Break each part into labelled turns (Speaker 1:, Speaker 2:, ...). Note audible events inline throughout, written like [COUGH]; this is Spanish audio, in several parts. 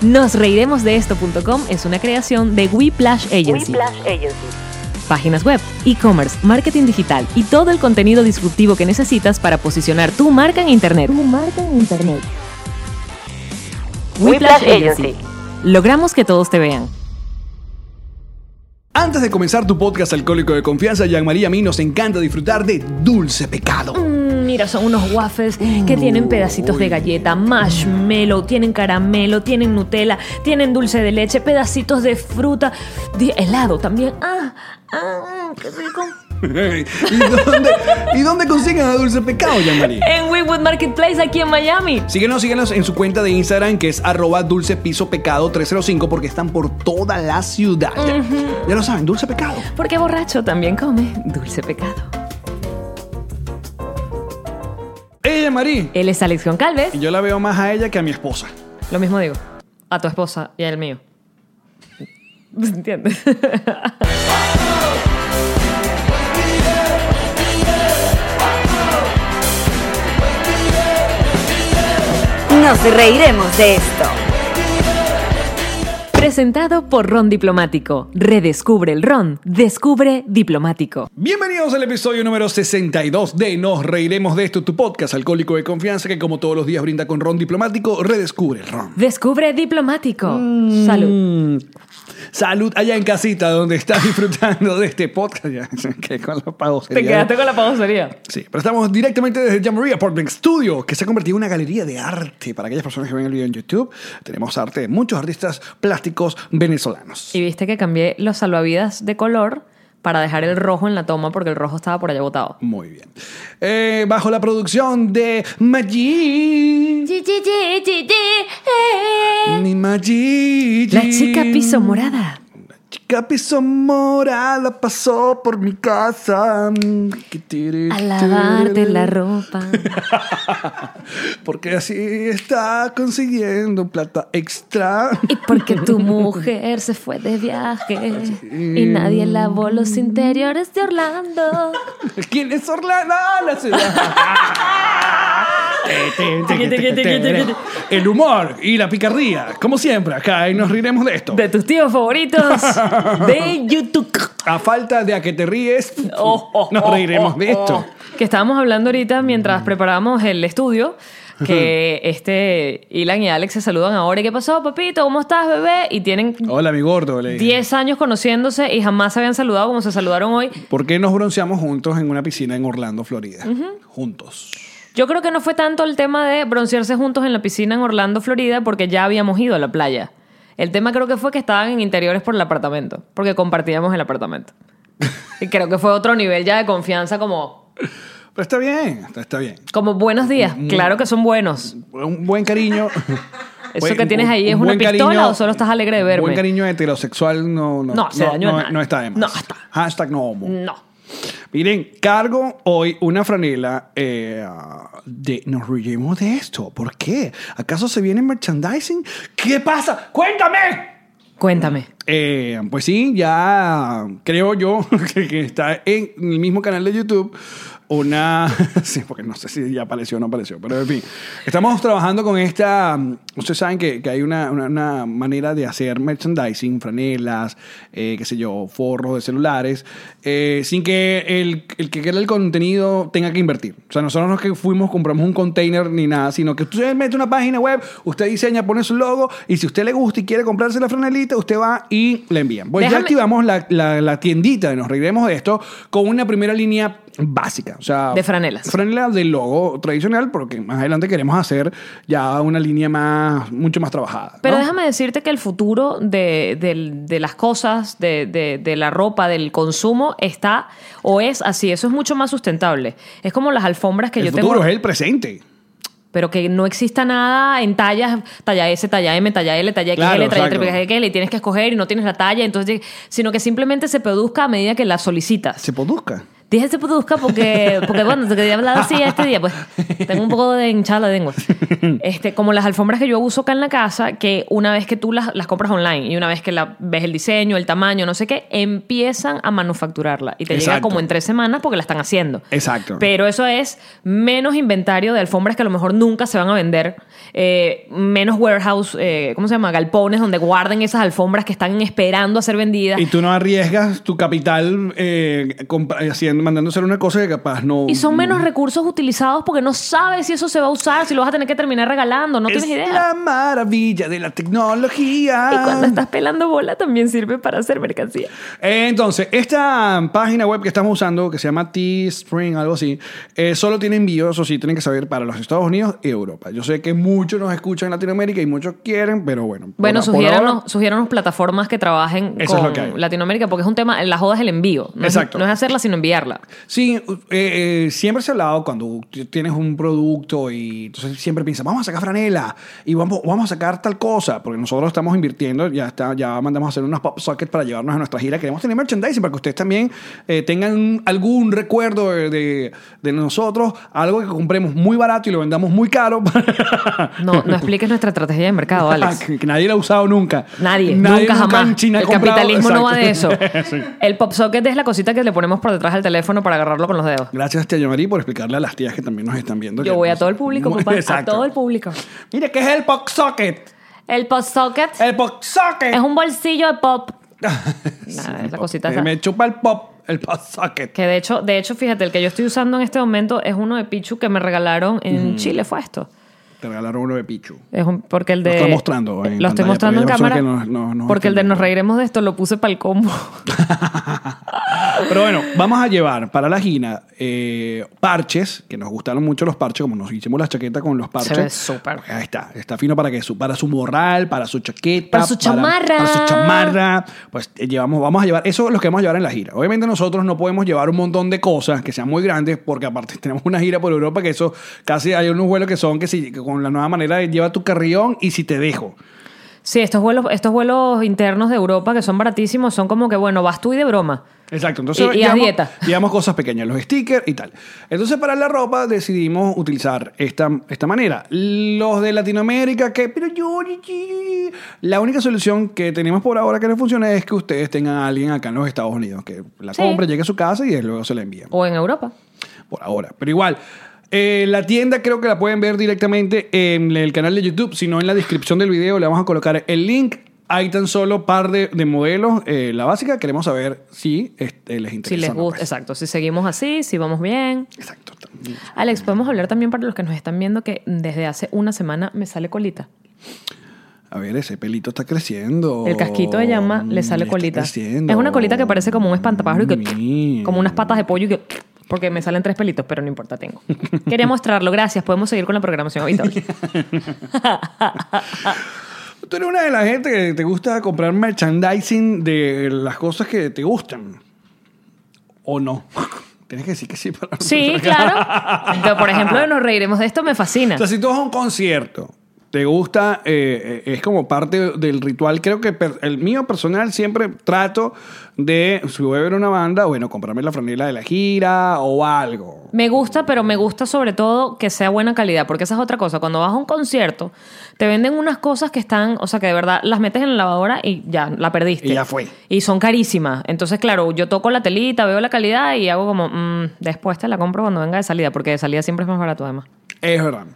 Speaker 1: Nos reiremos de esto.com es una creación de Weplash Agency.
Speaker 2: Whiplash Agency.
Speaker 1: Páginas web, e-commerce, marketing digital y todo el contenido disruptivo que necesitas para posicionar tu marca en Internet.
Speaker 2: Tu marca en Internet.
Speaker 1: Whiplash
Speaker 2: Whiplash
Speaker 1: Agency.
Speaker 2: Agency.
Speaker 1: Logramos que todos te vean.
Speaker 3: Antes de comenzar tu podcast alcohólico de confianza, Yanmaría a mí nos encanta disfrutar de Dulce Pecado.
Speaker 1: Mm, Mira, son unos waffles que tienen pedacitos de galleta, marshmallow, tienen caramelo, tienen Nutella, tienen dulce de leche, pedacitos de fruta, di- helado también. ¡Ah! ¡Ah! ¡Qué rico!
Speaker 3: [LAUGHS] ¿Y, dónde, ¿Y dónde consiguen a Dulce Pecado, Yanmaría?
Speaker 1: En Wewood Marketplace aquí en Miami.
Speaker 3: Síguenos, síguenos en su cuenta de Instagram que es arroba dulce piso pecado 305 porque están por toda la ciudad. Ya, ya lo saben, dulce pecado.
Speaker 1: Porque borracho también come dulce pecado.
Speaker 3: Ella, Marí.
Speaker 1: Él es Alex Goncalves.
Speaker 3: Y yo la veo más a ella que a mi esposa.
Speaker 1: Lo mismo digo. A tu esposa y al mío. [LAUGHS] ¿Entiendes? [LAUGHS]
Speaker 2: Nos reiremos de esto.
Speaker 1: Presentado por Ron Diplomático. Redescubre el Ron. Descubre Diplomático.
Speaker 3: Bienvenidos al episodio número 62 de Nos Reiremos de esto, tu podcast alcohólico de confianza que como todos los días brinda con ron diplomático, redescubre el ron.
Speaker 1: Descubre Diplomático. Salud.
Speaker 3: Mm. Salud allá en casita donde estás [LAUGHS] disfrutando de este podcast. Ya, [LAUGHS] que con la pausa.
Speaker 1: Te quedaste con la pausaría.
Speaker 3: Sí, pero estamos directamente desde Jamboree Apartment Studio, que se ha convertido en una galería de arte para aquellas personas que ven el video en YouTube. Tenemos arte de muchos artistas plásticos venezolanos.
Speaker 1: Y viste que cambié los salvavidas de color para dejar el rojo en la toma porque el rojo estaba por allá botado.
Speaker 3: Muy bien. Eh, bajo la producción de Maggi. Mi Maggi.
Speaker 1: eh. La chica piso morada.
Speaker 3: La chica piso morada pasó por mi casa.
Speaker 1: A lavarte la ropa.
Speaker 3: Porque así está consiguiendo plata extra. [LAUGHS]
Speaker 1: Y porque tu mujer se fue de viaje y nadie lavó los interiores de Orlando.
Speaker 3: ¿Quién es Orlando? La ciudad. El humor y la picardía, como siempre, acá y nos riremos de esto.
Speaker 1: De tus tíos favoritos de YouTube.
Speaker 3: A falta de a que te ríes,
Speaker 1: [LAUGHS] Oh, oh,
Speaker 3: nos
Speaker 1: oh,
Speaker 3: reiremos
Speaker 1: oh,
Speaker 3: de esto.
Speaker 1: oh. Que estábamos hablando ahorita mientras preparábamos el estudio. Que este Ilan y Alex se saludan ahora. ¿Y ¿Qué pasó, papito? ¿Cómo estás, bebé? Y tienen
Speaker 3: Hola, mi gordo. Le dije.
Speaker 1: 10 años conociéndose y jamás se habían saludado como se saludaron hoy.
Speaker 3: ¿Por qué nos bronceamos juntos en una piscina en Orlando, Florida? Juntos.
Speaker 1: Yo creo que no fue tanto el tema de broncearse juntos en la piscina en Orlando, Florida, porque ya habíamos ido a la playa. El tema creo que fue que estaban en interiores por el apartamento, porque compartíamos el apartamento. Y creo que fue otro nivel ya de confianza como,
Speaker 3: Pero está bien, está, está bien.
Speaker 1: como buenos días. Claro que son buenos.
Speaker 3: Un
Speaker 1: [LAUGHS]
Speaker 3: buen cariño.
Speaker 1: Eso que tienes ahí es una
Speaker 3: buen
Speaker 1: pistola o solo estás alegre de verme.
Speaker 3: Un buen cariño heterosexual no, no,
Speaker 1: No, se dañó
Speaker 3: no,
Speaker 1: nada.
Speaker 3: no está de más.
Speaker 1: No, está. Mm.
Speaker 3: Hashtag no homo.
Speaker 1: No.
Speaker 3: Miren, cargo hoy una franela eh, de nos reiremos de esto. ¿Por qué? ¿Acaso se viene merchandising? ¿Qué pasa? ¡Cuéntame!
Speaker 1: Cuéntame.
Speaker 3: Eh, pues sí, ya creo yo [LAUGHS] que, que está en el mismo canal de YouTube una... [LAUGHS] Sí, porque no sé si ya apareció o no apareció, pero en fin. Estamos trabajando con esta... mm, Ustedes saben que, que hay una, una- una manera de hacer merchandising, franelas, eh, qué sé yo, forros de celulares, eh, sin que el, el que crea el contenido tenga que invertir. O sea, nosotros no es que fuimos, compramos un container ni nada, sino que usted mete una página web, usted diseña, pone su logo, y si usted le gusta y quiere comprarse la franelita, usted va y la envía. Pues ya
Speaker 1: Déjame-
Speaker 3: activamos la, la- la tiendita de Nos Reiremos de Esto con una primera línea básica. O sea,
Speaker 1: De franelas.
Speaker 3: Franela del logo tradicional, porque más adelante queremos hacer ya una línea más, mucho más trabajada. ¿no?
Speaker 1: Pero déjame decirte que el futuro de, del- de las cosas, de, de- de la ropa, del consumo, está o es así. Eso es mucho más sustentable. Es como las alfombras que
Speaker 3: el
Speaker 1: yo
Speaker 3: futuro
Speaker 1: tengo.
Speaker 3: es el presente.
Speaker 1: Pero que no exista nada en tallas, talla S, talla M, talla L, talla XL,
Speaker 3: Claro,
Speaker 1: talla
Speaker 3: exacto.
Speaker 1: triple XL, y tienes que escoger y no tienes la talla, entonces, sino que simplemente se produzca a medida que la solicitas.
Speaker 3: Se produzca.
Speaker 1: Dije se produzca porque, porque bueno, te quería hablar así este día, pues tengo un poco de hinchada de lengua. Este, como las alfombras que yo uso acá en la casa, que una vez que tú las, las compras online y una vez que la, ves el diseño, el tamaño, no sé qué, empiezan a manufacturarla y te llega
Speaker 3: Exacto.
Speaker 1: como en tres semanas porque la están haciendo.
Speaker 3: Exacto.
Speaker 1: Pero eso es menos inventario de alfombras que a lo mejor nunca se van a vender, eh, menos warehouse, eh, ¿cómo se llama? Galpones donde guarden esas alfombras que están esperando a ser vendidas.
Speaker 3: Y tú no arriesgas tu capital eh, compra- haciendo, mandándose una cosa que capaz no.
Speaker 1: Y son menos recursos utilizados porque no sabes si eso se va a usar, si lo vas a tener que terminar regalando, no
Speaker 3: es
Speaker 1: tienes idea.
Speaker 3: la maravilla de la tecnología.
Speaker 1: Y cuando estás pelando bola también sirve para hacer mercancía.
Speaker 3: Eh, Entonces, esta página web que estamos usando, que se llama Teespring, algo así, eh, solo tiene envíos, o sí, tienen que saber para los Estados Unidos y Europa. Yo sé que muchos nos escuchan en Latinoamérica y muchos quieren, pero bueno. por-
Speaker 1: Bueno,
Speaker 3: por ahora-
Speaker 1: sugiéranos, sugiéranos plataformas que trabajen
Speaker 3: Eso es
Speaker 1: con
Speaker 3: lo que hay.
Speaker 1: Latinoamérica porque es un tema, la joda es el envío. No es-
Speaker 3: Exacto.
Speaker 1: no es hacerla, sino enviarla.
Speaker 3: Sí, eh, eh, siempre se ha hablado cuando t- tienes un producto y entonces siempre piensas, vamos a sacar franela y vamos, vamos a sacar tal cosa, porque nosotros estamos invirtiendo, ya está, ya mandamos a hacer unas pop sockets para llevarnos a nuestra gira, queremos tener merchandising para que ustedes también eh, tengan algún recuerdo de, de- de nosotros, algo que compremos muy barato y lo vendamos muy caro.
Speaker 1: No,
Speaker 3: [LAUGHS]
Speaker 1: no expliques nuestra estrategia de mercado, Alex.
Speaker 3: que, que nadie la ha usado nunca.
Speaker 1: Nadie, nunca, jamás.
Speaker 3: en China ha
Speaker 1: el
Speaker 3: comprado-
Speaker 1: capitalismo no va de eso.
Speaker 3: Exacto. [LAUGHS]
Speaker 1: El pop socket es la cosita que le ponemos por detrás del teléfono para agarrarlo con los dedos.
Speaker 3: Gracias, Tía María, por explicarle a las tías que también nos están viendo.
Speaker 1: Yo
Speaker 3: que
Speaker 1: voy a
Speaker 3: nos-
Speaker 1: todo el
Speaker 3: [LAUGHS]
Speaker 1: público, papá, a
Speaker 3: Exacto.
Speaker 1: todo el público.
Speaker 3: Mire, ¿qué es el pop socket?
Speaker 1: El pop socket
Speaker 3: El pop socket.
Speaker 1: es
Speaker 3: [LAUGHS]
Speaker 1: un [LAUGHS] bolsillo de pop.
Speaker 3: Sí,
Speaker 1: Nada,
Speaker 3: el
Speaker 1: es la
Speaker 3: pop.
Speaker 1: cosita
Speaker 3: Eh,
Speaker 1: esa.
Speaker 3: Me chupa el pop, el pop socket.
Speaker 1: Que de hecho, de hecho, fíjate, el que yo estoy usando en este momento es uno de Pichu que me regalaron en Chile, fue esto.
Speaker 3: Te regalaron uno de Pichu.
Speaker 1: Es un- porque el
Speaker 3: Lo
Speaker 1: de.
Speaker 3: está mostrando en
Speaker 1: lo estoy
Speaker 3: pantalla,
Speaker 1: mostrando en
Speaker 3: porque hay
Speaker 1: cámara.
Speaker 3: personas que no- no- no
Speaker 1: porque el de
Speaker 3: están
Speaker 1: nos
Speaker 3: viendo.
Speaker 1: reiremos de esto lo puse para el combo. [LAUGHS]
Speaker 3: Pero bueno, vamos a llevar para la gina eh, parches, que nos gustaron mucho los parches, como nos hicimos la chaqueta con los parches.
Speaker 1: ve súper.
Speaker 3: Porque Ahí está, está fino para que su, para su morral, para su chaqueta.
Speaker 1: Para su chamarra.
Speaker 3: Para su chamarra. Pues eh, llevamos, vamos a llevar, eso es lo que vamos a llevar en la gira. Obviamente nosotros no podemos llevar un montón de cosas que sean muy grandes, porque aparte [LAUGHS] tenemos una gira por Europa que eso casi hay unos vuelos que son que si que con la nueva manera de lleva tu carrión y si te dejo.
Speaker 1: Sí, estos vuelos, estos vuelos internos de Europa que son baratísimos son como que, bueno, vas tú y de broma.
Speaker 3: Exacto, entonces
Speaker 1: Y- y haz
Speaker 3: llevamos,
Speaker 1: dieta.
Speaker 3: llevamos cosas pequeñas, los stickers y tal. Entonces para la ropa decidimos utilizar esta, esta manera. Los de Latinoamérica que, pero yo, la única solución que tenemos por ahora que les funciona es que ustedes tengan a alguien acá en los Estados Unidos que la
Speaker 1: Sí.
Speaker 3: compre, llegue a su casa y luego se la envíen
Speaker 1: O en Europa.
Speaker 3: por ahora. Pero igual, eh, la tienda creo que la pueden ver directamente en el canal de YouTube, si no en la descripción del video le vamos a colocar el link. Hay tan solo par de, de modelos. eh, la básica, queremos saber si este, les interesa.
Speaker 1: Si les
Speaker 3: o no,
Speaker 1: gusta,
Speaker 3: pues.
Speaker 1: exacto. Si seguimos así, si vamos bien.
Speaker 3: Exacto.
Speaker 1: Alex, podemos hablar también para los que nos están viendo que desde hace una semana me sale colita.
Speaker 3: A ver, ese pelito está creciendo.
Speaker 1: El casquito de llama le sale
Speaker 3: Oh, Está
Speaker 1: colita.
Speaker 3: creciendo.
Speaker 1: Es una colita que parece como un espantapájaro y que
Speaker 3: Mm.
Speaker 1: como unas patas de pollo y que porque me salen tres pelitos, pero no importa,
Speaker 3: [LAUGHS]
Speaker 1: tengo. Quería mostrarlo, gracias. Podemos seguir con la programación habitual.
Speaker 3: Tú eres una de la gente que te gusta comprar merchandising de las cosas que te gustan. ¿O no? [LAUGHS] Tienes que decir que sí para [LAUGHS]
Speaker 1: Sí, claro. Entonces, por ejemplo, nos reiremos de esto, me fascina.
Speaker 3: O sea, si tú vas a un concierto, te gusta, eh, eh, es como parte del ritual. Creo que per- el mío personal siempre trato de, si voy a ver una banda, bueno, comprarme la franela de la gira o algo.
Speaker 1: Me gusta, pero me gusta sobre todo que sea buena calidad, porque esa es otra cosa. Cuando vas a un concierto, te venden unas cosas que están, o sea, que de verdad las metes en la lavadora y ya, la perdiste.
Speaker 3: Y ya fue.
Speaker 1: Y son carísimas. Entonces, claro, yo toco la telita, veo la calidad y hago como, "Mm, después te la compro cuando venga de salida, porque de salida siempre es más barato además.
Speaker 3: Es verdad.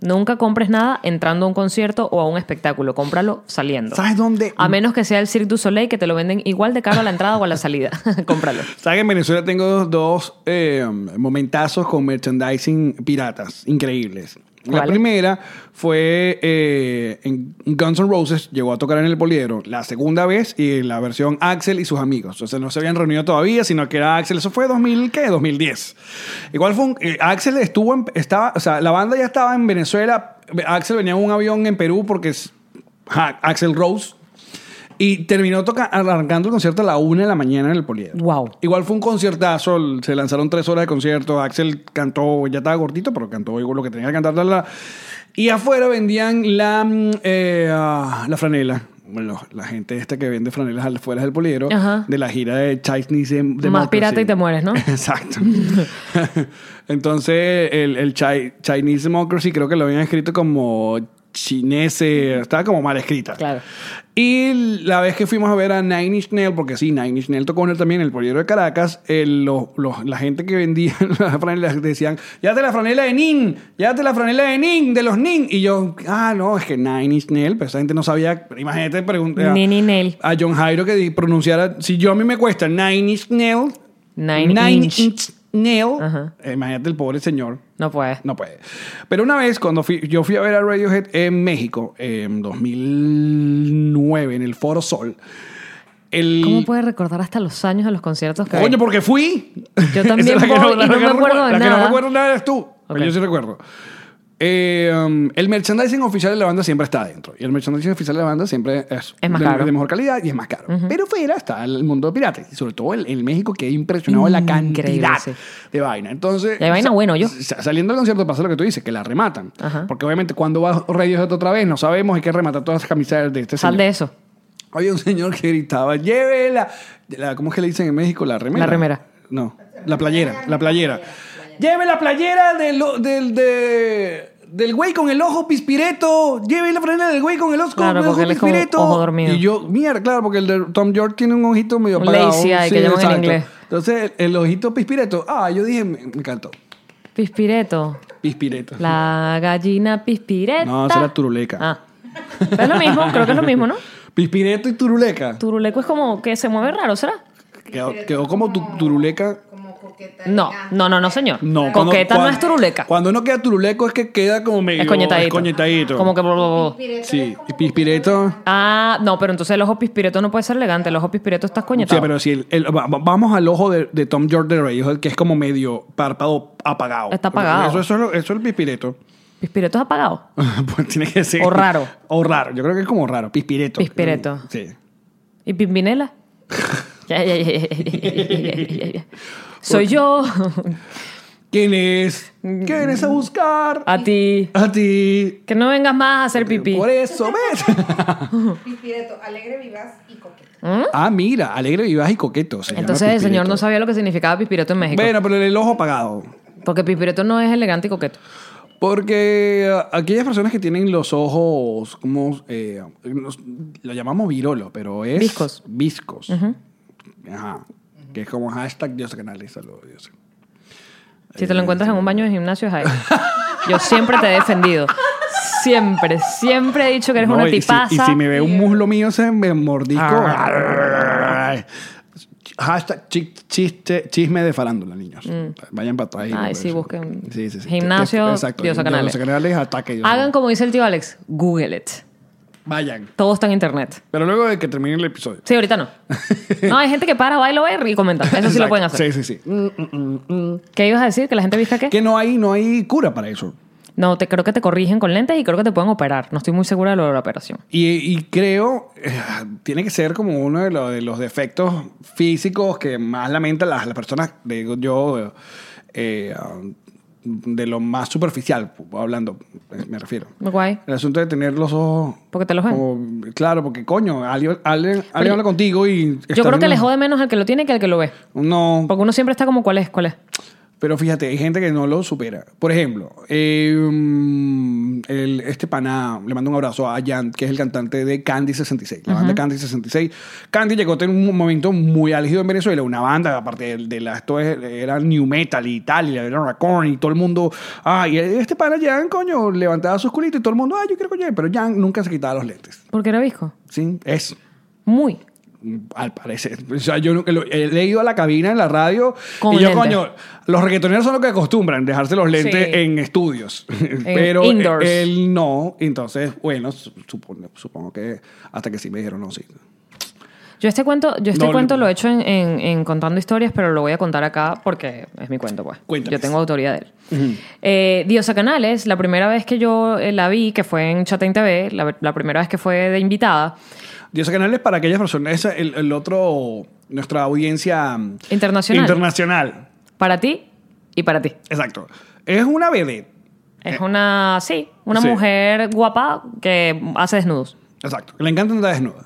Speaker 1: Nunca compres nada entrando a un concierto o a un espectáculo, cómpralo saliendo.
Speaker 3: ¿Sabes dónde?
Speaker 1: A menos que sea el Cirque du Soleil, que te lo venden igual de caro a la entrada o a la salida. [LAUGHS] cómpralo.
Speaker 3: ¿Sabes que en Venezuela tengo dos, dos, eh, momentazos con merchandising piratas increíbles? La
Speaker 1: ¿Cuáles?
Speaker 3: primera fue eh, en Guns N' Roses, llegó a tocar en el Poliedro la segunda vez y en la versión Axel y sus amigos. O sea, no se habían reunido todavía, sino que era Axel. Eso fue 2000, ¿qué? 2010. Igual fue un, eh, Axel estuvo en- estaba, o sea, la banda ya estaba en Venezuela. Axel venía en un avión en Perú porque es ajá, Axel Rose. Y terminó toca arrancando el concierto a la una de la mañana en el Poliedro.
Speaker 1: Wow.
Speaker 3: Igual fue un conciertazo, el- se lanzaron tres horas de concierto. Axel cantó, ya estaba gordito, pero cantó igual lo que tenía que cantar. la, la. Y afuera vendían la, mm, eh, ah, la franela los- la gente esta que vende franelas afuera del poliedro
Speaker 1: Ajá.
Speaker 3: de la gira de Chinese Dem- Democracy.
Speaker 1: Más pirata y te mueres, ¿no?
Speaker 3: [LAUGHS] Exacto. Entonces, el, el Chi- Chinese Democracy creo que lo habían escrito como chinese, estaba como mal escrita.
Speaker 1: Claro.
Speaker 3: Y la vez que fuimos a ver a Nine Inch Nail, porque sí, Nine Inch Nail tocó en el- también en el poliedro de Caracas, eh, los- los- la gente que vendía [LAUGHS] las franelas decían, llévate la franela de Nin, llévate la franela de Nin, de los Nin. Y yo, ah, no, es que Nine Inch Nail, pero esa gente no sabía, imagínate, pregunté a,
Speaker 1: Nine Inch Nail.
Speaker 3: a John Jairo que di- pronunciara, si yo a mí me cuesta Nine Inch Nail,
Speaker 1: Nine Inch.
Speaker 3: Nail,
Speaker 1: Ajá.
Speaker 3: eh, imagínate el pobre señor.
Speaker 1: No puedes.
Speaker 3: No puede. Pero una vez, cuando fui- yo fui a ver a Radiohead en México, en 2009, en el Foro Sol, el...
Speaker 1: ¿Cómo puedes recordar hasta los años de los conciertos que
Speaker 3: Coño, pues, porque fui.
Speaker 1: Yo
Speaker 3: [LAUGHS] Esa
Speaker 1: también
Speaker 3: es la que
Speaker 1: voy y
Speaker 3: la
Speaker 1: no
Speaker 3: que
Speaker 1: me acuerdo
Speaker 3: recuerdo-
Speaker 1: de
Speaker 3: La que no
Speaker 1: nada.
Speaker 3: recuerdo nada eres tú. Pero
Speaker 1: Ok.
Speaker 3: yo sí recuerdo. Eh, um, el merchandising oficial de la banda siempre está adentro. Y el merchandising oficial de la banda siempre es,
Speaker 1: Es más
Speaker 3: de,
Speaker 1: caro.
Speaker 3: de mejor calidad y es más caro. Pero fuera está el mundo pirata. Y sobre todo el, el México que he impresionado la
Speaker 1: Increíble,
Speaker 3: cantidad
Speaker 1: sí.
Speaker 3: de vaina. Entonces,
Speaker 1: Y hay vaina buena, ¿oyó?
Speaker 3: sa- Saliendo del concierto pasa lo que tú dices, que la rematan.
Speaker 1: Ajá.
Speaker 3: Porque obviamente cuando va Radiohead otra vez, no sabemos, hay que rematar todas las camisetas de este
Speaker 1: Sal
Speaker 3: señor.
Speaker 1: de eso.
Speaker 3: Había un señor que gritaba, llévela. La, ¿Cómo es que le dicen en México? La remera.
Speaker 1: La remera.
Speaker 3: No, la playera, la playera. Lleve la playera del, o- del, de- del güey con el ojo pispireto. Lleve la playera del güey con el ojo,
Speaker 1: Claro,
Speaker 3: el ojo
Speaker 1: porque él es como
Speaker 3: pispireto.
Speaker 1: ojo dormido.
Speaker 3: Y yo, mira, claro, porque el de Tom York tiene un ojito medio
Speaker 1: Un
Speaker 3: apagado.
Speaker 1: lazy eye, que llaman en
Speaker 3: exacto.
Speaker 1: inglés.
Speaker 3: Entonces, el, el ojito pispireto. Ah, yo dije, me, me encantó.
Speaker 1: Pispireto.
Speaker 3: Pispireto.
Speaker 1: La gallina pispireta.
Speaker 3: No, esa era turuleca.
Speaker 1: Ah. Pero es lo mismo, creo que es lo mismo, ¿no?
Speaker 3: Pispireto y turuleca.
Speaker 1: Turuleco es como que se mueve raro, ¿será?
Speaker 3: Quedó, quedó como tu- turuleca.
Speaker 4: Como coqueta.
Speaker 1: No, no, no, no, señor.
Speaker 3: No, cuando-
Speaker 1: Coqueta no
Speaker 3: cuan-
Speaker 1: es turuleca.
Speaker 3: Cuando no queda turuleco es que queda como medio
Speaker 1: Es coñetadito.
Speaker 3: escoñetadito.
Speaker 1: Como que.
Speaker 4: Pireto
Speaker 3: Sí,
Speaker 4: es
Speaker 3: y
Speaker 4: como
Speaker 3: pispireto.
Speaker 1: Ah, no, pero entonces el ojo pispireto no puede ser elegante. El ojo pispireto está
Speaker 3: Sí,
Speaker 1: coñetado.
Speaker 3: pero si el- el- va- va- vamos al ojo de, de Tom Jordan Radiohead, que es como medio párpado apagado.
Speaker 1: Está apagado.
Speaker 3: Eso, eso es lo- eso es el pispireto.
Speaker 1: Pispireto es apagado.
Speaker 3: [LAUGHS] Pues tiene que ser.
Speaker 1: O raro.
Speaker 3: O raro. Yo creo que es como raro. Pispireto.
Speaker 1: Pispireto.
Speaker 3: Sí.
Speaker 1: ¿Y Pimpinela?
Speaker 3: [LAUGHS]
Speaker 1: Ya, ya, ya, ya, ya, ya, ya, ya, ya. Soy yo.
Speaker 3: ¿Quién es? ¿Quién es a buscar?
Speaker 1: A ti.
Speaker 3: A ti.
Speaker 1: Que no vengas más a hacer pipí.
Speaker 3: Por eso, ¿ves?
Speaker 4: Pispireto, alegre, vivaz y coqueta.
Speaker 3: ah, mira, alegre, vivaz y coqueto. se llama
Speaker 1: ¿Mm? Entonces el señor
Speaker 3: pispireto.
Speaker 1: no sabía lo que significaba pispireto en México.
Speaker 3: Bueno, pero el ojo apagado.
Speaker 1: Porque pispireto no es elegante y coqueto.
Speaker 3: Porque eh, aquellas personas que tienen los ojos, como eh, nos- lo llamamos virolo, pero es.
Speaker 1: Viscos.
Speaker 3: Viscos. Ajá. Que es como hashtag Dios canalízalo, Dios.
Speaker 1: Si
Speaker 3: Eh,
Speaker 1: te lo encuentras en un baño de gimnasio es ahí. Yo siempre te he defendido. Siempre, siempre he dicho que eres
Speaker 3: No,
Speaker 1: una
Speaker 3: y si-
Speaker 1: tipaza.
Speaker 3: Y si, me ve un muslo mío, se me mordisco.
Speaker 1: Ah.
Speaker 3: [LAUGHS] Hashtag chi- chiste, chisme de farándula, niños. Vayan para atrás. y
Speaker 1: Mm. Ay,
Speaker 3: lo
Speaker 1: sí,
Speaker 3: ven.
Speaker 1: busquen
Speaker 3: Sí, sí, sí.
Speaker 1: gimnasio,
Speaker 3: Exacto.
Speaker 1: Diosa Canales.
Speaker 3: Diosa Canales, ataque. Diosa
Speaker 1: Hagan como dice el tío Alex, Google it.
Speaker 3: Canales. Vayan.
Speaker 1: Todo está en internet.
Speaker 3: Pero luego de que termine el episodio.
Speaker 1: Sí, ahorita
Speaker 3: [LAUGHS]
Speaker 1: no. No, hay gente que para, baila, baila y comenta. Eso sí lo
Speaker 3: Exacto.
Speaker 1: pueden hacer.
Speaker 3: Sí, sí, sí.
Speaker 1: ¿Qué ibas a decir? ¿Que la gente visca qué?
Speaker 3: Que no hay, no hay cura para eso.
Speaker 1: No, te, creo que te corrigen con lentes y creo que te pueden operar. No estoy muy segura de lo de la operación.
Speaker 3: Y, y creo, eh, tiene que ser como uno de, los- de los defectos físicos que más lamentan las, las personas, digo yo, eh, de lo más superficial, hablando, eh, me refiero.
Speaker 1: Guay.
Speaker 3: El asunto de tener los ojos...
Speaker 1: Porque te los ven.
Speaker 3: como- claro, porque coño, alguien, alguien, alguien
Speaker 1: Pero-
Speaker 3: habla contigo y...
Speaker 1: Yo creo que le
Speaker 3: les
Speaker 1: jode menos al que lo tiene que al que lo ve.
Speaker 3: No,
Speaker 1: Porque uno siempre está como, ¿cuál es? ¿Cuál es?
Speaker 3: Pero fíjate, hay gente que no lo supera. Por ejemplo, eh, mm, el- este pana, le mando un abrazo a Jan, que es el cantante de Candy 66, la banda Candy 66. Candy llegó en un momento muy álgido en Venezuela, una banda, aparte de, de la, esto es- era New Metal y tal, y era Racorn y todo el mundo. Ah, y este pana Jan, coño, levantaba sus culitos y todo el mundo, ah, yo quiero coño, pero Jan nunca se quitaba los lentes.
Speaker 1: Porque era visco.
Speaker 3: ¿Sí? Es.
Speaker 1: Muy.
Speaker 3: Mm, Al parecer. O sea, yo nunca lo- he leído a la cabina en la radio.
Speaker 1: Con
Speaker 3: y yo,
Speaker 1: lentes.
Speaker 3: coño, los reggaetoneros son los que acostumbran dejarse los lentes
Speaker 1: Sí. [LAUGHS]
Speaker 3: en estudios. Pero e
Speaker 1: indoors.
Speaker 3: él no. Entonces, bueno, su- supone- supongo que hasta que sí me dijeron no, sí.
Speaker 1: Yo este cuento, yo este
Speaker 3: No,
Speaker 1: cuento
Speaker 3: no.
Speaker 1: lo he hecho en, en- en contando historias, pero lo voy a contar acá porque es mi cuento, pues.
Speaker 3: Cuéntame.
Speaker 1: Yo tengo autoría de él. Eh, Diosa Canales, la primera vez que yo eh, la vi, que fue en Chatain TV, la, la primera vez que fue de invitada,
Speaker 3: Dios canales para aquellas personas. Esa- el, el otro, nuestra audiencia mm,
Speaker 1: Internacional.
Speaker 3: internacional.
Speaker 1: para ti y para ti.
Speaker 3: Exacto. Es una vedette.
Speaker 1: Es una, sí, una
Speaker 3: Eh. Sí.
Speaker 1: mujer guapa que hace desnudos.
Speaker 3: Exacto. Le encanta andar desnuda.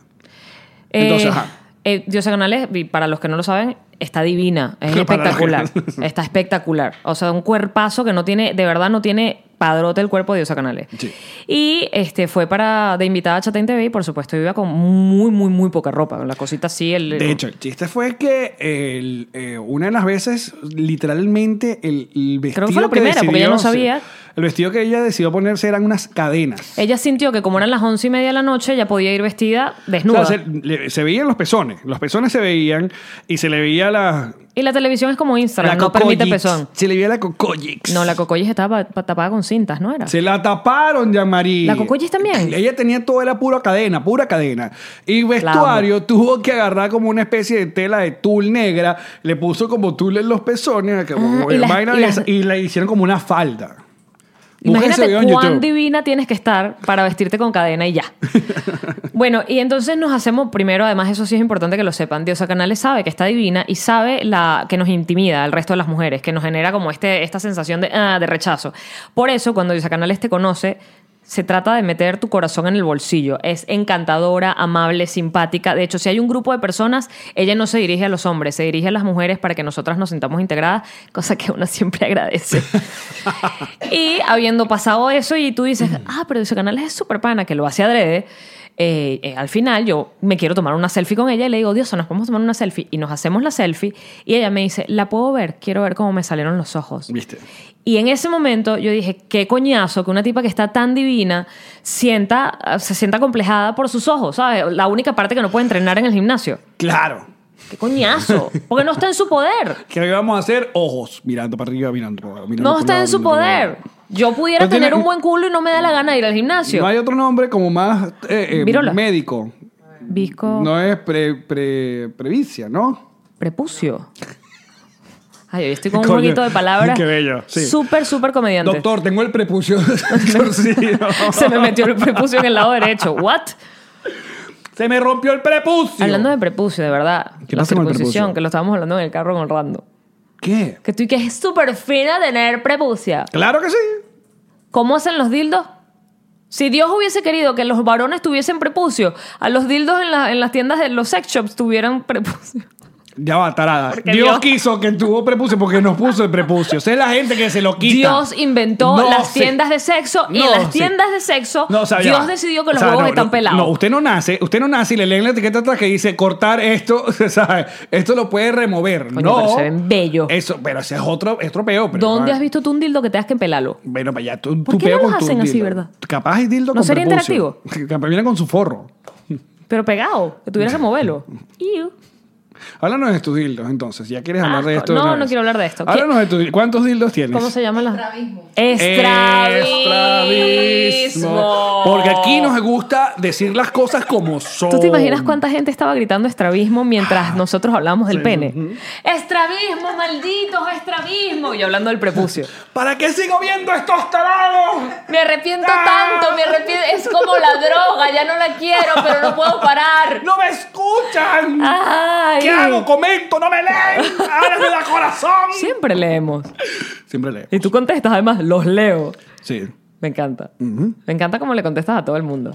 Speaker 1: Eh,
Speaker 3: Entonces, ajá.
Speaker 1: eh, Diosa Canales, y para los que no lo saben, está divina. Es
Speaker 3: [LAUGHS] Para los que no
Speaker 1: espectacular. está espectacular. O sea, un cuerpazo que no tiene, de verdad no tiene padrote el cuerpo de Diosa Canales.
Speaker 3: Sí.
Speaker 1: Y este fue para de invitada a Chatén TV y por supuesto iba con muy, muy, muy poca ropa. La cosita así, el.
Speaker 3: De hecho, el chiste fue que el, eh, una de las veces, literalmente, el, el vestido.
Speaker 1: Creo que fue la primera, porque ella no
Speaker 3: decidió-
Speaker 1: sabía.
Speaker 3: El vestido que ella decidió ponerse eran unas cadenas.
Speaker 1: Ella sintió que como eran las once y media de la noche, ella podía ir vestida desnuda.
Speaker 3: O sea, se, le- se veían los pezones. Los pezones se veían y se le veía la.
Speaker 1: y la televisión es como
Speaker 3: la
Speaker 1: Instagram, no permite
Speaker 3: cocoyix.
Speaker 1: pezón.
Speaker 3: Se le veía la cocoyix.
Speaker 1: No, la cocoyes estaba pa- tapada con cintas, ¿no era?
Speaker 3: Se la taparon, Jean-Marie.
Speaker 1: ¿La Cocoyes también?
Speaker 3: Ella tenía toda la pura cadena, pura cadena. Y vestuario tuvo que agarrar como una especie de tela de tul negra. Le puso como tul en los pezones. que-
Speaker 1: Ah, y las-
Speaker 3: vaina
Speaker 1: y
Speaker 3: de
Speaker 1: las-
Speaker 3: esa- y le hicieron como una falda. Busca ese
Speaker 1: Imagínate
Speaker 3: video en
Speaker 1: cuán
Speaker 3: YouTube.
Speaker 1: divina tienes que estar para vestirte con cadena [LAUGHS] y ya. bueno, y entonces nos hacemos primero, además eso sí es importante que lo sepan, Diosa Canales sabe que está divina y sabe la que nos intimida al resto de las mujeres, que nos genera como este, esta sensación de, ah, de rechazo. Por eso cuando Diosa Canales te conoce, se trata de meter tu corazón en el bolsillo. Es encantadora, amable, simpática. De hecho, si hay un grupo de personas, ella no se dirige a los hombres, se dirige a las mujeres para que nosotras nos sintamos integradas, cosa que uno siempre [LAUGHS] agradece. Y habiendo pasado eso y tú dices, ah, pero ese canal es súper pana, que lo hace adrede, eh, eh, al final yo me quiero tomar una selfie con ella y le digo, Dios, nos podemos tomar una selfie. Y nos hacemos la selfie y ella me dice, la puedo ver, quiero ver cómo me salieron los ojos.
Speaker 3: ¿Viste?
Speaker 1: Y en ese momento yo dije, qué coñazo que una tipa que está tan divina sienta, se sienta complejada por sus ojos, ¿sabes? La única parte que no puede entrenar en el gimnasio.
Speaker 3: Claro.
Speaker 1: Qué coñazo, porque no está en su poder.
Speaker 3: ¿Qué íbamos a hacer? Ojos. Mirando para arriba, mirando para abajo. mirando
Speaker 1: No
Speaker 3: para un
Speaker 1: está
Speaker 3: lado,
Speaker 1: en su
Speaker 3: mirando para
Speaker 1: poder.
Speaker 3: otro.
Speaker 1: Yo pudiera
Speaker 3: No tiene-
Speaker 1: tener un buen culo y no me da la gana de ir al gimnasio.
Speaker 3: No hay otro nombre como más eh, eh,
Speaker 1: Virola.
Speaker 3: médico.
Speaker 1: Visco.
Speaker 3: No es pre, pre- previcia, ¿no?
Speaker 1: Prepucio. Ay, hoy estoy con un
Speaker 3: Coño,
Speaker 1: poquito de palabras.
Speaker 3: qué bello, sí.
Speaker 1: Súper, súper comediante.
Speaker 3: Doctor, tengo el prepucio [LAUGHS] torcido.
Speaker 1: [LAUGHS] Se me metió el prepucio en el lado derecho. ¿What?
Speaker 3: Se me rompió el prepucio.
Speaker 1: Hablando de prepucio, de verdad.
Speaker 3: ¿Qué
Speaker 1: la
Speaker 3: pasa con el
Speaker 1: circuncisión,
Speaker 3: prepucio?
Speaker 1: que lo estábamos hablando en el carro con Rando.
Speaker 3: ¿Qué?
Speaker 1: Que tú y que es súper fina tener prepucia.
Speaker 3: Claro que sí.
Speaker 1: ¿Cómo hacen los dildos? Si Dios hubiese querido que los varones tuviesen prepucio, a los dildos en, la- en las tiendas de los sex shops tuvieran prepucio.
Speaker 3: Ya va, tarada.
Speaker 1: Porque
Speaker 3: Dios
Speaker 1: Dios-
Speaker 3: quiso que tuvo prepucio porque nos puso el prepucio. Sé la gente que se lo quita.
Speaker 1: Dios inventó
Speaker 3: No,
Speaker 1: las
Speaker 3: sí.
Speaker 1: tiendas de sexo y en
Speaker 3: No,
Speaker 1: las
Speaker 3: sí.
Speaker 1: tiendas de sexo
Speaker 3: No, o sea, ya
Speaker 1: Dios
Speaker 3: va.
Speaker 1: decidió que los
Speaker 3: O sea,
Speaker 1: huevos
Speaker 3: no,
Speaker 1: están
Speaker 3: no,
Speaker 1: pelados.
Speaker 3: No, usted no nace, usted no nace y le leen la etiqueta atrás que dice cortar esto, [LAUGHS] ¿sabe? Esto lo puede remover.
Speaker 1: Coño,
Speaker 3: no.
Speaker 1: pero se ven bello.
Speaker 3: Eso, pero ese es otro, es otro peo. pero-
Speaker 1: ¿Dónde has visto tú un dildo que tengas que pelarlo?
Speaker 3: Bueno, para allá, tú,
Speaker 1: ¿Por
Speaker 3: tú
Speaker 1: qué
Speaker 3: peo
Speaker 1: no los
Speaker 3: con tu
Speaker 1: hacen así,
Speaker 3: dildo.
Speaker 1: verdad?
Speaker 3: Capaz es dildo
Speaker 1: ¿No
Speaker 3: con
Speaker 1: sería
Speaker 3: prepucio. [LAUGHS] Capaz viene con su forro.
Speaker 1: Pero pegado, que
Speaker 3: Mm.
Speaker 1: tuvieras que moverlo. Iu.
Speaker 3: Háblanos de tus dildos, entonces. ¿Ya quieres hablar de
Speaker 1: Asco.
Speaker 3: esto?
Speaker 1: Ah, No,
Speaker 3: de una
Speaker 1: no
Speaker 3: vez?
Speaker 1: quiero hablar de esto. ¿Qué-
Speaker 3: Háblanos de tus dildos. ¿Cuántos dildos tienes?
Speaker 1: ¿Cómo se llaman las?
Speaker 4: Estrabismo.
Speaker 1: Estrabismo.
Speaker 3: Porque aquí nos gusta decir las cosas como son.
Speaker 1: ¿Tú te imaginas cuánta gente estaba gritando estrabismo
Speaker 3: Ah.
Speaker 1: mientras nosotros hablábamos del pene? Estrabismo, malditos, estrabismo. Y hablando del prepucio.
Speaker 3: ¿Para qué sigo viendo estos talados?
Speaker 1: Me arrepiento
Speaker 3: Ah.
Speaker 1: tanto, me arrepiento. Es como la droga, ya no la quiero, pero no puedo parar.
Speaker 3: ¡No me escuchan!
Speaker 1: Ay.
Speaker 3: ¿Qué hago? ¡Comento! ¡No
Speaker 1: [LAUGHS]
Speaker 3: me leen! ¡Ábreme la corazón!
Speaker 1: Siempre leemos.
Speaker 3: Siempre leo.
Speaker 1: Y tú contestas, además, los leo.
Speaker 3: Sí.
Speaker 1: Me encanta. Me encanta cómo le contestas a todo el mundo.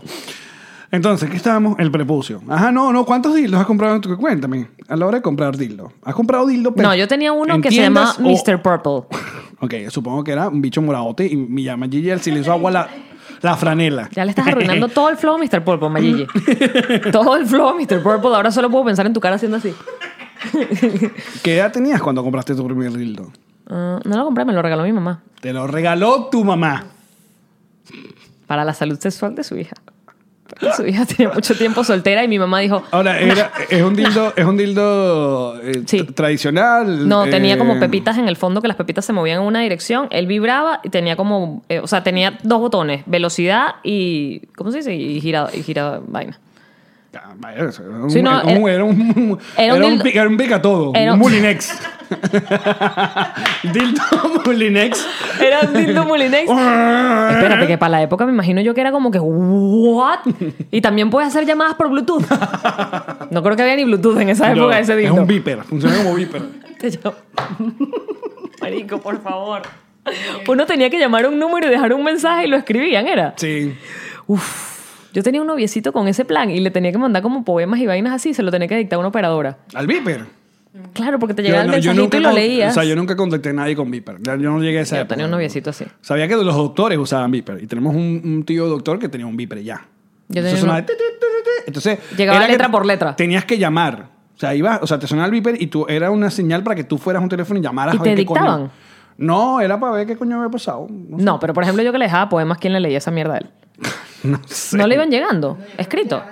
Speaker 3: Entonces, ¿qué estábamos? El prepucio. Ajá, no, no. ¿Cuántos dildos has comprado en tu Cuéntame. A la hora de comprar dildo. ¿Has comprado dildo? pero-
Speaker 1: No, yo tenía uno
Speaker 3: en
Speaker 1: que se llamaba
Speaker 3: tiendas o-
Speaker 1: Mr. Purple.
Speaker 3: Ok, supongo que era un bicho moradote y mi llama Gigi él sí le hizo agua la, la franela.
Speaker 1: Ya le estás arruinando todo el flow a Mr. Purple, Mayigi. todo el flow a Mr. Purple. Ahora solo puedo pensar en tu cara haciendo así.
Speaker 3: [LAUGHS] ¿Qué edad tenías cuando compraste tu primer dildo?
Speaker 1: Ah, no lo compré, me lo regaló mi mamá.
Speaker 3: Te lo regaló tu mamá.
Speaker 1: Para la salud sexual de su hija. Porque Su hija tenía mucho tiempo soltera y mi mamá dijo...
Speaker 3: Ahora, era-
Speaker 1: [LAUGHS]
Speaker 3: es un dildo, es un dildo eh,
Speaker 1: Sí.
Speaker 3: tra- tradicional.
Speaker 1: No,
Speaker 3: eh,
Speaker 1: tenía como pepitas en el fondo que las pepitas se movían en una dirección. Él vibraba y tenía como, eh, o sea, tenía dos botones, velocidad y, ¿cómo se dice? Y gira, y gira vaina.
Speaker 3: Ah, vaya, eso, Era un,
Speaker 1: Sí, no,
Speaker 3: era un- era un-
Speaker 1: era un
Speaker 3: era un
Speaker 1: dildo-
Speaker 3: pica- era un pica todo.
Speaker 1: era
Speaker 3: Un
Speaker 1: un- [LAUGHS]
Speaker 3: Mulinex. [LAUGHS] dildo Mulinex.
Speaker 1: Era un
Speaker 3: [LAUGHS]
Speaker 1: dildo Mulinex. Espérate, que para la época me imagino yo que era como que, ¿what? Y también puedes hacer llamadas por
Speaker 3: [LAUGHS]
Speaker 1: Bluetooth. No creo que había ni Bluetooth en esa época
Speaker 3: No,
Speaker 1: de ese
Speaker 3: es
Speaker 1: dildo.
Speaker 3: un viper. Funciona como viper.
Speaker 1: Te [LAUGHS] llamo. Marico, por favor. Uno tenía que llamar a un número y dejar un mensaje y lo escribían, ¿era?
Speaker 3: Sí.
Speaker 1: Uf. Yo tenía un noviecito con ese plan y le tenía que mandar como poemas y vainas así, se lo tenía que dictar a una operadora.
Speaker 3: Al Viper.
Speaker 1: Claro, porque te llegaba
Speaker 3: no-
Speaker 1: el mensajito y lo
Speaker 3: con-
Speaker 1: leías.
Speaker 3: O sea, yo nunca contacté a nadie con Viper. Ya Yo no llegué a esa
Speaker 1: Yo
Speaker 3: época.
Speaker 1: tenía un noviecito así.
Speaker 3: Sabía que los doctores usaban Viper. Y tenemos un, un tío doctor que tenía un Viper y ya.
Speaker 1: Yo tenía
Speaker 3: Entonces,
Speaker 1: uno.
Speaker 3: sonaba ti, ti, ti, ti, ti. Entonces,
Speaker 1: Llegaba
Speaker 3: era que
Speaker 1: letra
Speaker 3: te-
Speaker 1: por letra.
Speaker 3: Tenías que llamar. O sea, iba, o sea, te sonaba el Viper y tú era una señal para que tú fueras a un teléfono y llamaras
Speaker 1: ¿Y
Speaker 3: a ver
Speaker 1: te
Speaker 3: qué coño-
Speaker 1: dictaban?
Speaker 3: No, era para ver qué coño había pasado. [LAUGHS] No,
Speaker 1: No, pero por ejemplo yo que le dejaba poemas, ¿quién le leía esa mierda a él?
Speaker 3: no sé.
Speaker 1: No le iban llegando, escrito.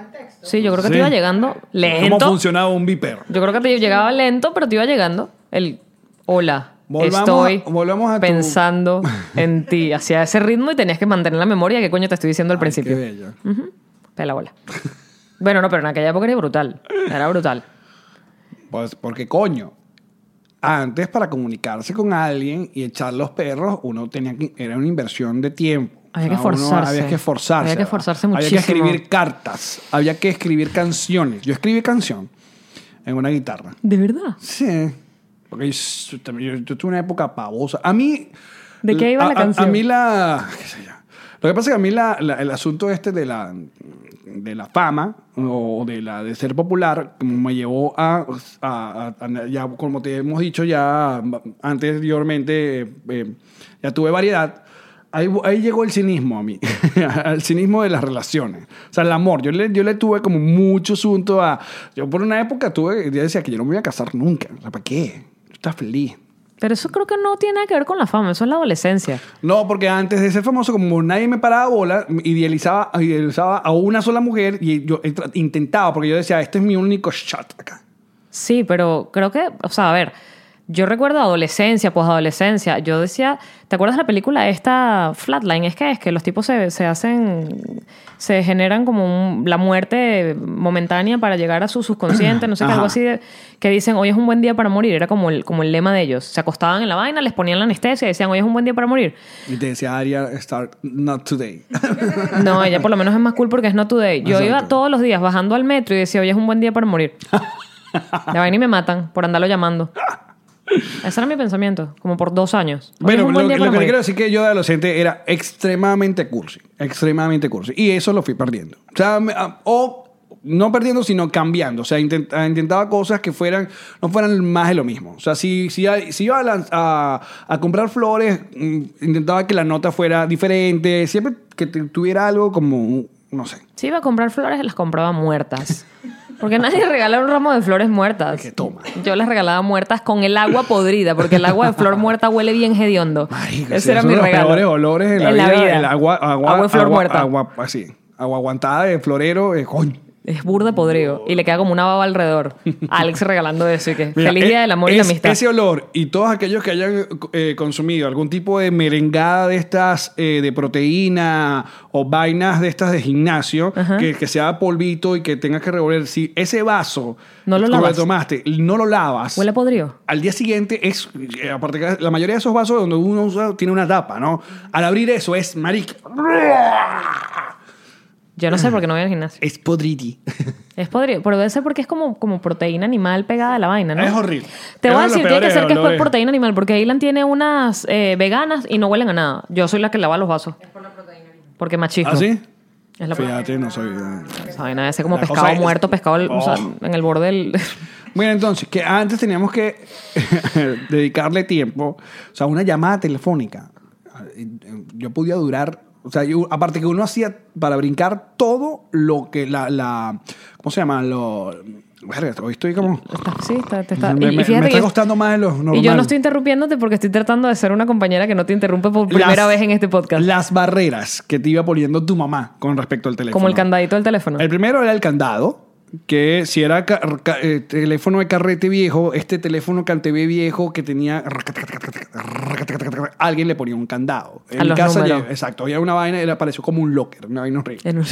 Speaker 1: Sí, yo creo que
Speaker 3: Sí.
Speaker 1: te iba llegando
Speaker 3: ¿Cómo
Speaker 1: lento.
Speaker 3: funcionaba un Viper?
Speaker 1: Yo creo que te llegaba lento, pero te iba llegando el hola.
Speaker 3: Volvamos
Speaker 1: estoy
Speaker 3: a- volvamos a tu- [LAUGHS]
Speaker 1: pensando en ti. Hacía ese ritmo y tenías que mantener la memoria. ¿Qué coño te estoy diciendo al
Speaker 3: Qué
Speaker 1: principio?
Speaker 3: bello.
Speaker 1: Pela bola. bueno, no, pero en aquella época era brutal. Era brutal.
Speaker 3: Pues porque coño, antes para comunicarse con alguien y echar los perros, uno tenía que, era una inversión de tiempo.
Speaker 1: Había que
Speaker 3: uno
Speaker 1: forzarse.
Speaker 3: había que forzarse.
Speaker 1: Había que forzarse
Speaker 3: ¿verdad? Había que
Speaker 1: muchísimo.
Speaker 3: escribir cartas, había que escribir canciones. Yo escribí canción en una guitarra.
Speaker 1: ¿De verdad?
Speaker 3: Sí. Porque yo, también- yo- yo tuve una época pavosa. A mí.
Speaker 1: ¿De qué iba
Speaker 3: a-
Speaker 1: la
Speaker 3: a- A,
Speaker 1: canción?
Speaker 3: mí la. qué sé yo. Lo que pasa es que a mí la- la- el asunto este de la, de la fama o de, la, de ser popular como me llevó a, a- a- a- ya Como te hemos dicho ya anteriormente, eh, eh, ya tuve variedad. Ahí, ahí llegó el cinismo a mí, [LAUGHS] el cinismo de las relaciones. O sea, el amor. Yo le, yo le tuve como mucho asunto a... Yo por una época tuve, yo decía que yo no me voy a casar nunca. O sea, ¿para qué? Tú estás feliz.
Speaker 1: Pero eso creo que no tiene nada que ver con la fama. Eso es la adolescencia.
Speaker 3: No, porque antes de ser famoso, como nadie me paraba bola, idealizaba, idealizaba a una sola mujer y yo entra- intentaba, porque yo decía, este es mi único shot acá.
Speaker 1: Sí, pero creo que, o sea, a ver, yo recuerdo adolescencia, posadolescencia, yo decía, ¿te acuerdas de la película esta Flatline? Es que es que los tipos se, se hacen, se generan como un- la muerte momentánea para llegar a su subconsciente, no sé qué,
Speaker 3: Ajá.
Speaker 1: algo así, de- que dicen, hoy es un buen día para morir, era como el, como el lema de ellos. Se acostaban en la vaina, les ponían la anestesia y decían, hoy es un buen día para morir.
Speaker 3: Y te decía, Aria, start not today. [LAUGHS]
Speaker 1: No, ella por lo menos es más cool porque es no today. Yo iba
Speaker 3: Exacto.
Speaker 1: todos los días bajando al metro y decía, hoy es un buen día para morir. La vaina y me matan por andarlo llamando. Ese era mi pensamiento, como por dos años. Hoy es
Speaker 3: Bueno,
Speaker 1: un
Speaker 3: lo,
Speaker 1: buen día
Speaker 3: lo
Speaker 1: para
Speaker 3: que te
Speaker 1: morir.
Speaker 3: quiero decir que yo de adolescente era extremadamente cursi, extremadamente cursi. Y eso lo fui perdiendo. O sea, me- ah, o no perdiendo, sino cambiando. O sea, intent- ah, intentaba cosas que fueran, no fueran más de lo mismo. O sea, si, si, hay- si iba a, lanz- a- a comprar flores, mm, intentaba que la nota fuera diferente, siempre que te- tuviera algo como, un- no sé,
Speaker 1: Si iba a comprar flores, las compraba muertas. Porque nadie [LAUGHS] regalaba un ramo de flores muertas.
Speaker 3: que toma.
Speaker 1: Yo las regalaba muertas con el agua podrida, porque el agua de flor muerta huele bien hediondo.
Speaker 3: Marica, sí,
Speaker 1: Ese era
Speaker 3: es
Speaker 1: mi
Speaker 3: uno de los
Speaker 1: regalo.
Speaker 3: peores olores en,
Speaker 1: En
Speaker 3: la, vida, El agua, agua,
Speaker 1: Agua de flor
Speaker 3: agua-
Speaker 1: muerta.
Speaker 3: Agua, así, agua aguantada de florero, eh, coño.
Speaker 1: Es burda podrido. Y le queda como una baba
Speaker 3: [LAUGHS]
Speaker 1: alrededor. Alex regalando eso. Y que
Speaker 3: Mira,
Speaker 1: feliz
Speaker 3: eh,
Speaker 1: día del amor y la
Speaker 3: es-
Speaker 1: amistad.
Speaker 3: Ese olor y todos aquellos que hayan eh, consumido algún tipo de merengada de estas eh, de proteína o vainas de estas de gimnasio, que, que sea polvito y que tengas que revolver, si ese vaso
Speaker 1: No lo
Speaker 3: como
Speaker 1: lavas.
Speaker 3: tomaste, no lo lavas.
Speaker 1: Huele a podrido.
Speaker 3: al día siguiente es, eh, aparte que la mayoría de esos vasos donde uno usa tiene una tapa, ¿no? Al abrir eso es marica.
Speaker 1: Yo no sé por qué no voy al
Speaker 3: [CLEARS THROAT]
Speaker 1: gimnasio.
Speaker 3: Es podriti.
Speaker 1: Es podrido, pero debe ser porque es como, como proteína animal pegada a la vaina, ¿no?
Speaker 3: Es horrible.
Speaker 1: Te
Speaker 3: Es
Speaker 1: voy a
Speaker 3: uno de los
Speaker 1: decir, tiene que
Speaker 3: peores
Speaker 1: ser que es por
Speaker 3: olores.
Speaker 1: proteína animal, porque Ilan tiene unas eh, veganas y no huelen a nada. Yo soy la que lava los vasos. Es por la proteína animal. Porque machismo.
Speaker 3: ¿Ah, sí?
Speaker 1: Es la
Speaker 3: Fíjate, no sabía.
Speaker 1: Esa vaina debe ser como
Speaker 3: La
Speaker 1: pescado
Speaker 3: cosa es-
Speaker 1: muerto, pescado al- o sea,
Speaker 3: Oh.
Speaker 1: en el borde del... [LAUGHS]
Speaker 3: Bueno, entonces, que antes teníamos que [LAUGHS] dedicarle tiempo, o sea, una llamada telefónica. Yo podía durar, o sea, yo- aparte que uno hacía para brincar todo lo que la, la ¿cómo se llama? Lo, verga, hoy estoy como...
Speaker 1: el taxista, te está...
Speaker 3: me,
Speaker 1: y- y
Speaker 3: me-
Speaker 1: fíjate
Speaker 3: me
Speaker 1: que
Speaker 3: está
Speaker 1: yo-
Speaker 3: costando más de lo normal.
Speaker 1: Y yo no estoy interrumpiéndote porque estoy tratando de ser una compañera que no te interrumpe por primera
Speaker 3: Las-
Speaker 1: vez en este podcast.
Speaker 3: Las barreras que te iba poniendo tu mamá con respecto al teléfono.
Speaker 1: Como el candadito del teléfono.
Speaker 3: El primero era el candado, que si era ca- ca- eh, teléfono de carrete viejo, este teléfono cantebé viejo que tenía... Alguien le ponía un candado.
Speaker 1: A los números.
Speaker 3: lle- exacto, había una vaina, era pareció como un locker, una vaina horrible.
Speaker 1: En un-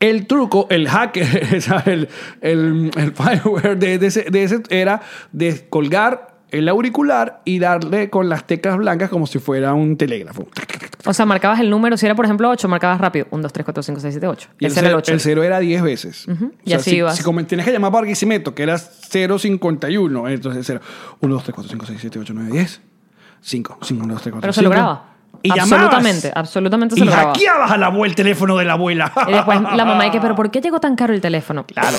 Speaker 3: El truco, el hacker, [LAUGHS] ¿sabes? el, el, el fireware de, de ese, de ese era descolgar el auricular y darle con las teclas blancas como si fuera un telégrafo.
Speaker 1: O sea, marcabas el número. Si era, por ejemplo, 8, marcabas rápido. 1, 2, 3, 4, 5, 6, 7, 8.
Speaker 3: Y
Speaker 1: Ese era el
Speaker 3: cero-
Speaker 1: 8.
Speaker 3: El cero era 10 veces.
Speaker 1: Y así
Speaker 3: si,
Speaker 1: ibas.
Speaker 3: Si como tienes que llamar para Barquisimeto, que era 051, entonces 0. 1, 2, 3, 4, 5, 6, 7, 8, 9, 10. 5, 5, 1, 2, 3, 4,
Speaker 1: Pero se lograba.
Speaker 3: Y llamabas.
Speaker 1: absolutamente, absolutamente se
Speaker 3: Y
Speaker 1: lo grababa.
Speaker 3: hackeabas al abuelo el teléfono de la abuela.
Speaker 1: Y después la mamá dice, pero ¿por qué llegó tan caro el teléfono?
Speaker 3: Claro.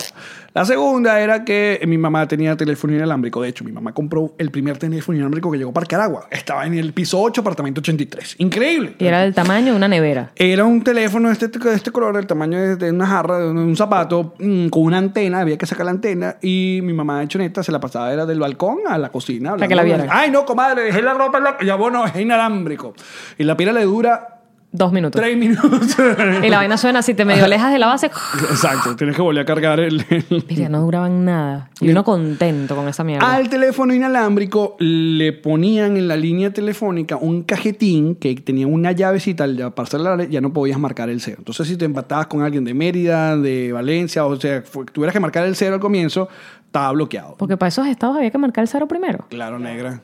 Speaker 3: La segunda era que mi mamá tenía teléfono inalámbrico. De hecho, mi mamá compró el primer teléfono inalámbrico que llegó para Caragua. Estaba en el piso 8, apartamento 83. Increíble.
Speaker 1: Y era del tamaño de una nevera.
Speaker 3: Era un teléfono de este, de este color, del tamaño de, de una jarra, de un, un zapato, mm, con una antena, había que sacar la antena. Y mi mamá de choneta se la pasaba era del balcón a la cocina.
Speaker 1: Para que la
Speaker 3: hablando-
Speaker 1: viera.
Speaker 3: Ay, no, comadre, dejé la ropa en la... Ya, bueno, es inalámbrico. Y la pila le dura
Speaker 1: Dos minutos.
Speaker 3: tres
Speaker 1: [LAUGHS]
Speaker 3: minutos.
Speaker 1: Y la vaina suena así, te medio alejas de la base.
Speaker 3: Exacto, tienes que volver a cargar el- el,
Speaker 1: Mira, no duraban nada. Y uno contento con esa mierda.
Speaker 3: Al teléfono inalámbrico le ponían en la línea telefónica un cajetín que tenía una llavecita al pasar la ya no podías marcar el cero. Entonces, si te empatabas con alguien de Mérida, de Valencia, o sea, fu- tuvieras que marcar el cero al comienzo, estaba bloqueado.
Speaker 1: Porque para esos estados había que marcar el cero primero.
Speaker 3: Claro, negra.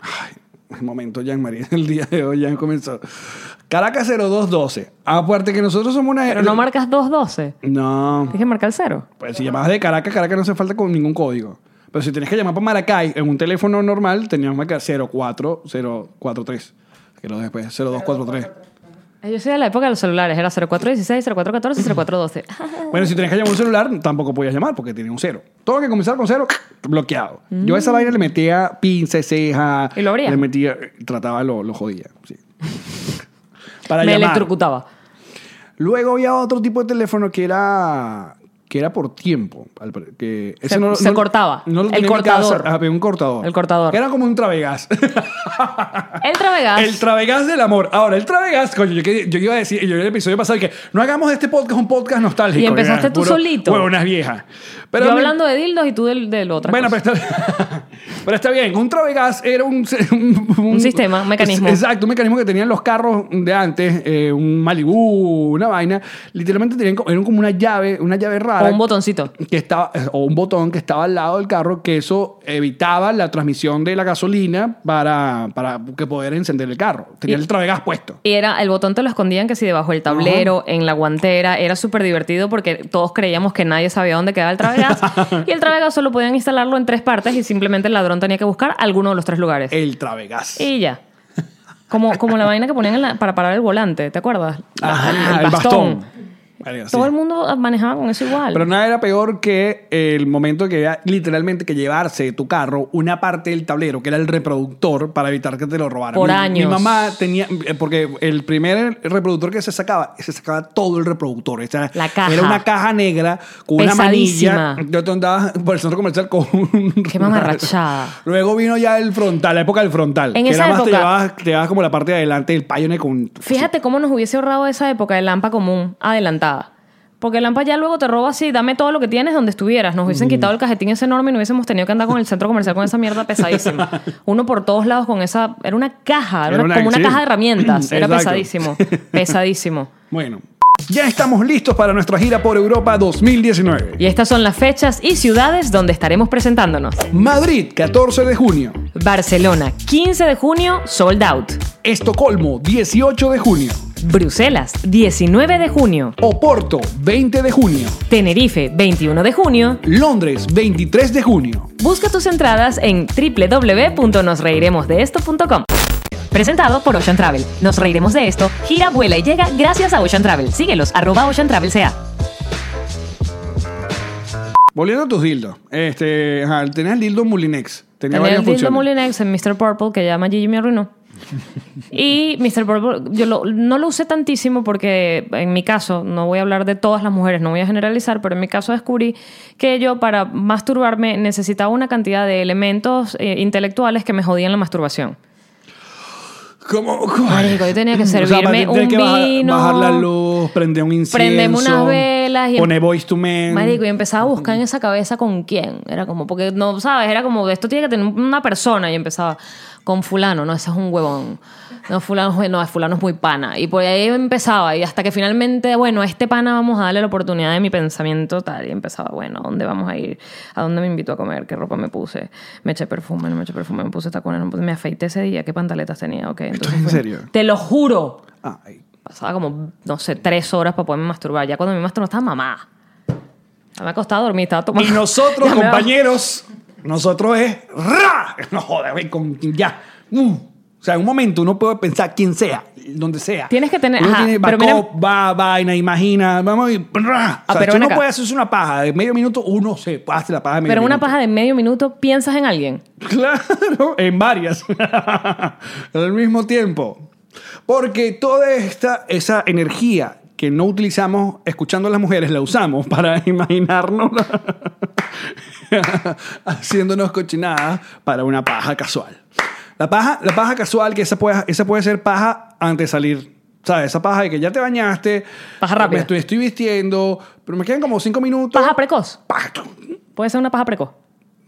Speaker 3: Ay, un momento, Jan María, [LAUGHS] el día de hoy ya comenzó. Caracas 0212. Ah, Aparte que nosotros somos una.
Speaker 1: Pero no marcas 212.
Speaker 3: No.
Speaker 1: Tienes que marcar el cero.
Speaker 3: Pues si llamabas de Caracas, Caracas no hace falta con ningún código. Pero si tenías que llamar para Maracay en un teléfono normal, tenías que marcar 04043. Que lo después, 0243.
Speaker 1: Eh, Yo soy de la época de los celulares. Era 0416, 0414 y 0412.
Speaker 3: Bueno, si tenías que llamar un celular, tampoco podías llamar porque tenía un cero. Todo que comenzar con cero, bloqueado. Yo a esa vaina le metía pince, ceja.
Speaker 1: ¿Y lo abría?
Speaker 3: Le metía, trataba, lo, lo jodía.
Speaker 1: [LAUGHS]
Speaker 3: sí. Para
Speaker 1: Me
Speaker 3: llamar.
Speaker 1: electrocutaba.
Speaker 3: Luego había otro tipo de teléfono que era que era por tiempo. al pare- Que
Speaker 1: Se- se cortaba. El
Speaker 3: tenía en
Speaker 1: cortador.
Speaker 3: casa. Había un cortador.
Speaker 1: El cortador. Ah,
Speaker 3: Que era como un travegas.
Speaker 1: El travegas.
Speaker 3: [LAUGHS] el travegas del amor. Ahora, el travegas, coño, yo, que- yo iba a decir, yo en el episodio pasado que no hagamos de este podcast un podcast nostálgico.
Speaker 1: Y empezaste
Speaker 3: ya,
Speaker 1: tú
Speaker 3: puro
Speaker 1: solito.
Speaker 3: Huevonas viejas. Pero
Speaker 1: Yo
Speaker 3: mi-
Speaker 1: hablando de dildos y tú del, del otro.
Speaker 3: bueno, pues, pero está, pero está bien. [LAUGHS] Un travegas era un, [LAUGHS] un,
Speaker 1: Un sistema, un mecanismo.
Speaker 3: Exacto, un mecanismo que tenían los carros de antes, eh, un Malibu, una vaina. Literalmente tenían co- eran como una llave, una llave rara.
Speaker 1: O un botoncito.
Speaker 3: Que estaba, eh, o un botón que estaba al lado del carro, que eso evitaba la transmisión de la gasolina para, para que poder encender el carro. Tenía
Speaker 1: Y-
Speaker 3: el travegas puesto.
Speaker 1: Y era, el botón te lo escondían que si debajo del tablero, en la guantera, era súper divertido porque todos creíamos que nadie sabía dónde quedaba el
Speaker 3: [LAUGHS]
Speaker 1: travegas. y el travegas solo podían instalarlo en tres partes y simplemente el ladrón tenía que buscar alguno de los tres lugares.
Speaker 3: El travegas.
Speaker 1: Y ya. Como, como la vaina que ponían en la- para parar el volante, ¿te acuerdas? La-
Speaker 3: Ajá,
Speaker 1: el, bastón.
Speaker 3: Vale, así.
Speaker 1: Todo el mundo manejaba con eso igual.
Speaker 3: Pero nada era peor que el momento que era literalmente que llevarse de tu carro una parte del tablero, que era el reproductor, para evitar que te lo robaran.
Speaker 1: Por
Speaker 3: Mi- Mi
Speaker 1: años.
Speaker 3: mamá tenía, eh, porque el primer reproductor que se sacaba, se sacaba todo el reproductor. O sea,
Speaker 1: La caja.
Speaker 3: Era una caja negra con una
Speaker 1: Pesadísima.
Speaker 3: manilla. Yo te andaba [LAUGHS] por el centro comercial con un...
Speaker 1: Qué mamarrachada.
Speaker 3: Luego vino ya el frontal, la época del frontal.
Speaker 1: En
Speaker 3: que
Speaker 1: esa
Speaker 3: era más te
Speaker 1: época-
Speaker 3: llevabas, te llevabas como la parte de adelante del Pioneer con...
Speaker 1: Fíjate cómo nos hubiese ahorrado esa época de lampa común adelantada. Porque el lampa ya luego te roba así, dame todo lo que tienes donde estuvieras. Nos hubiesen quitado el cajetín ese enorme y no hubiésemos tenido que andar con el centro comercial con esa mierda pesadísima.
Speaker 3: [LAUGHS]
Speaker 1: Uno por todos lados con esa... Era una caja, era
Speaker 3: Era una-
Speaker 1: como una
Speaker 3: sí.
Speaker 1: caja de
Speaker 3: [CLEARS THROAT]
Speaker 1: herramientas. Era
Speaker 3: Exacto.
Speaker 1: pesadísimo,
Speaker 3: [LAUGHS]
Speaker 1: pesadísimo.
Speaker 3: Bueno, ya estamos listos para nuestra gira por Europa 2019.
Speaker 1: Y estas son las fechas y ciudades donde estaremos presentándonos.
Speaker 3: Madrid, 14 de junio.
Speaker 1: Barcelona, 15 de junio, sold out.
Speaker 3: Estocolmo, 18 de junio.
Speaker 1: Bruselas, 19 de junio.
Speaker 3: Oporto, 20 de junio.
Speaker 1: Tenerife, 21 de junio.
Speaker 3: Londres, 23 de junio.
Speaker 1: Busca tus entradas en www.nosreiremosdeesto.com. Presentado por Ocean Travel. Nos reiremos de esto. Gira, vuela y llega gracias a Ocean Travel. Síguelos, arroba Ocean Travel sea.
Speaker 3: Volviendo a tus dildos. Este, ajá, tenías el dildo Mulinex. Tenía
Speaker 1: Tenía
Speaker 3: varias
Speaker 1: el dildo
Speaker 3: funciones.
Speaker 1: Mulinex en Mr. Purple, que llama Gigi me
Speaker 3: [LAUGHS]
Speaker 1: arruinó. Y Mr. Purple, yo lo- no lo usé tantísimo porque en mi caso, no voy a hablar de todas las mujeres, no voy a generalizar, pero en mi caso descubrí que yo para masturbarme necesitaba una cantidad de elementos eh, intelectuales que me jodían la masturbación.
Speaker 3: ¿Cómo? cómo?
Speaker 1: Marico, yo tenía que
Speaker 3: O sea,
Speaker 1: servirme
Speaker 3: para- tenía
Speaker 1: un
Speaker 3: que bajar-
Speaker 1: vino.
Speaker 3: Bajar, la luz, prender un incienso.
Speaker 1: Prenderme unas velas y- em-
Speaker 3: Poner voice to men.
Speaker 1: Marico, y empezaba a buscar en esa cabeza con quién. Era como, porque no sabes, era como, esto tiene que tener una persona. Y empezaba con fulano, no, ese es un huevón. No, fulano, [LAUGHS] es hue- no, fulano es muy pana. Y por ahí empezaba. Y hasta que finalmente, bueno, a este pana vamos a darle la oportunidad de mi pensamiento tal. Y empezaba, bueno, ¿a dónde vamos a ir? ¿A dónde me invitó a comer? ¿Qué ropa me puse? Me eché perfume, no me eché perfume, me puse tacones, no me puse- me afeité ese día, ¿qué pantaletas tenía? Ok, entonces
Speaker 3: en
Speaker 1: fue-
Speaker 3: serio?
Speaker 1: Te lo juro.
Speaker 3: Ay.
Speaker 1: Pasaba como, no sé, tres horas para poderme masturbar. Ya cuando me masturbaba estaba mamá. Ya me acostaba a dormir, estaba tomando.
Speaker 3: Y
Speaker 1: [LAUGHS]
Speaker 3: nosotros,
Speaker 1: Ya me daba-
Speaker 3: compañeros, nosotros es. ¡Ra! No joder, güey, con ya. Mm. sea, en un momento uno puede pensar quién sea, donde sea.
Speaker 1: Tienes que tener-
Speaker 3: Uno
Speaker 1: ajá,
Speaker 3: tiene
Speaker 1: pero
Speaker 3: backup, va, vaina, imagina, vamos y. ¡bra! O
Speaker 1: Ah,
Speaker 3: sea,
Speaker 1: pero
Speaker 3: si
Speaker 1: ven
Speaker 3: uno
Speaker 1: acá.
Speaker 3: puede hacerse una paja de medio minuto, uno se hace la paja de medio
Speaker 1: Pero una
Speaker 3: minuto.
Speaker 1: paja de medio minuto, piensas en alguien.
Speaker 3: [LAUGHS] Claro, en varias. [LAUGHS] Al mismo tiempo. Porque toda esta, esa energía que no utilizamos escuchando a las mujeres, la usamos [LAUGHS] para imaginarnos [LAUGHS] haciéndonos cochinadas para una paja casual. La paja, la paja casual, que esa puede, esa puede ser paja antes de salir. ¿Sabes? Esa paja de que ya te bañaste.
Speaker 1: Paja rápida.
Speaker 3: Me estoy, estoy vistiendo, pero me quedan como cinco minutos.
Speaker 1: Paja precoz.
Speaker 3: Paja.
Speaker 1: Puede ser una paja precoz.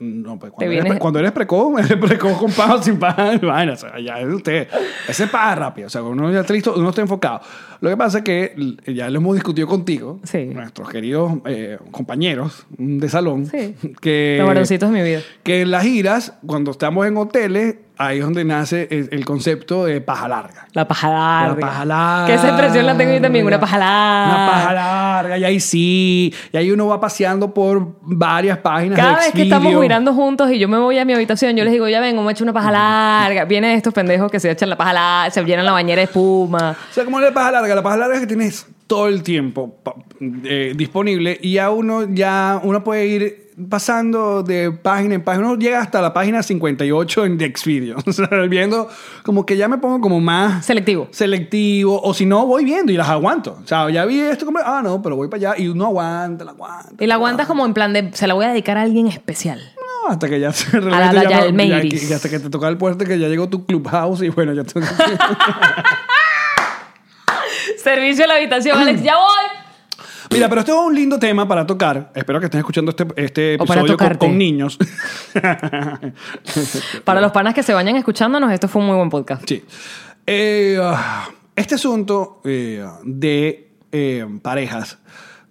Speaker 3: No, pues
Speaker 1: Te
Speaker 3: cuando, eres,
Speaker 1: vienes-
Speaker 3: pre- cuando eres precoz, [LAUGHS] eres precoz con paja o sin paja, [LAUGHS] vaina, o sea, ya es usted. Ese es paja rápido, o sea, uno ya está listo, uno está enfocado. Lo que pasa es que l- ya lo hemos discutido contigo,
Speaker 1: Sí.
Speaker 3: nuestros queridos eh, compañeros mm, de salón,
Speaker 1: Sí.
Speaker 3: que,
Speaker 1: Los varoncitos de mi vida.
Speaker 3: que en las giras, cuando estamos en hoteles, ahí es donde nace el, el concepto de paja larga.
Speaker 1: La paja larga.
Speaker 3: La paja larga.
Speaker 1: Que esa expresión la tengo yo también, una paja larga.
Speaker 3: Una paja larga, y ahí sí. Y ahí uno va paseando por varias páginas de
Speaker 1: Cada vez que estamos
Speaker 3: Xvideos.
Speaker 1: mirando juntos y yo me voy a mi habitación, yo les digo, ya vengo, me echo una paja larga. Vienen estos pendejos que se echan la paja larga, se llenan la bañera de espuma.
Speaker 3: O sea, como la paja larga, la paja larga es que tienes todo el tiempo pa- eh, disponible y ya uno ya uno puede ir pasando de página en página. Uno llega hasta la página 58 en The Xvideos. [LAUGHS] O sea, viendo como que ya me pongo como más
Speaker 1: Selectivo.
Speaker 3: selectivo o si no voy viendo y las aguanto. O sea, ya vi esto como ah no, pero voy para allá y uno aguanta, la aguanta.
Speaker 1: Y la aguantas como en plan de, se la voy a dedicar a alguien especial.
Speaker 3: No, hasta que ya se de
Speaker 1: la
Speaker 3: repente
Speaker 1: Dayal
Speaker 3: no- ya,
Speaker 1: Meiris.
Speaker 3: que- hasta que te toca el puente que ya llegó tu clubhouse y bueno, ya tengo que-
Speaker 1: Servicio a la habitación, Alex, ya voy.
Speaker 3: Mira, pero esto es un lindo tema para tocar. Espero que estén escuchando este, este
Speaker 1: O para
Speaker 3: episodio con,
Speaker 1: tocarte.
Speaker 3: con niños. [LAUGHS]
Speaker 1: Para los panas que se bañan escuchándonos, esto fue un muy buen podcast.
Speaker 3: sí. Eh, ah, este asunto eh, de eh, parejas,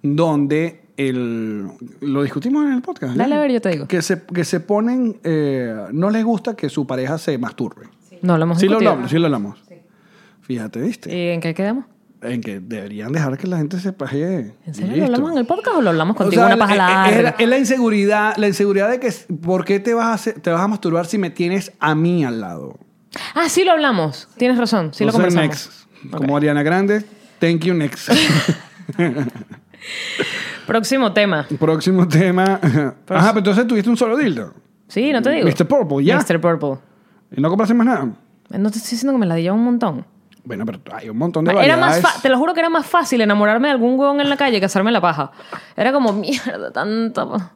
Speaker 3: donde el, lo discutimos en el podcast. ¿no?
Speaker 1: Dale, a ver, yo te digo.
Speaker 3: Que se, que se ponen, eh, no les gusta que su pareja se masturbe.
Speaker 1: No lo hemos
Speaker 3: Sí lo
Speaker 1: discutido.
Speaker 3: hablamos, sí lo hablamos.
Speaker 4: Sí.
Speaker 3: Fíjate, ¿viste?
Speaker 1: ¿Y en qué quedamos?
Speaker 3: En que deberían dejar que la gente se pajee.
Speaker 1: ¿En
Speaker 3: Y
Speaker 1: serio lo
Speaker 3: listo.
Speaker 1: hablamos en el podcast o lo hablamos
Speaker 3: O
Speaker 1: contigo?
Speaker 3: sea, eh,
Speaker 1: una paja
Speaker 3: es- es-
Speaker 1: larga.
Speaker 3: Es, la inseguridad, la inseguridad de que s- ¿por qué te vas a hacer- te vas a masturbar si me tienes a mí al lado?
Speaker 1: Ah, sí lo hablamos. Tienes razón, sí lo
Speaker 3: Entonces,
Speaker 1: conversamos.
Speaker 3: next. Como Ariana Grande, thank
Speaker 1: [LAUGHS]
Speaker 3: you next.
Speaker 1: Próximo tema.
Speaker 3: Próximo tema. Ajá, pero entonces tuviste un solo dildo.
Speaker 1: Sí, no te digo.
Speaker 3: Mr. Purple, ya.
Speaker 1: Mr. Purple. Eh,
Speaker 3: Y no compraste más nada.
Speaker 1: No te estoy diciendo que me la di ya un montón.
Speaker 3: Bueno, pero hay un montón de
Speaker 1: Era
Speaker 3: variedades.
Speaker 1: más fa- te lo juro que era más fácil enamorarme de algún huevón en la calle que hacerme la paja. Era como, [LAUGHS] mierda, tanto.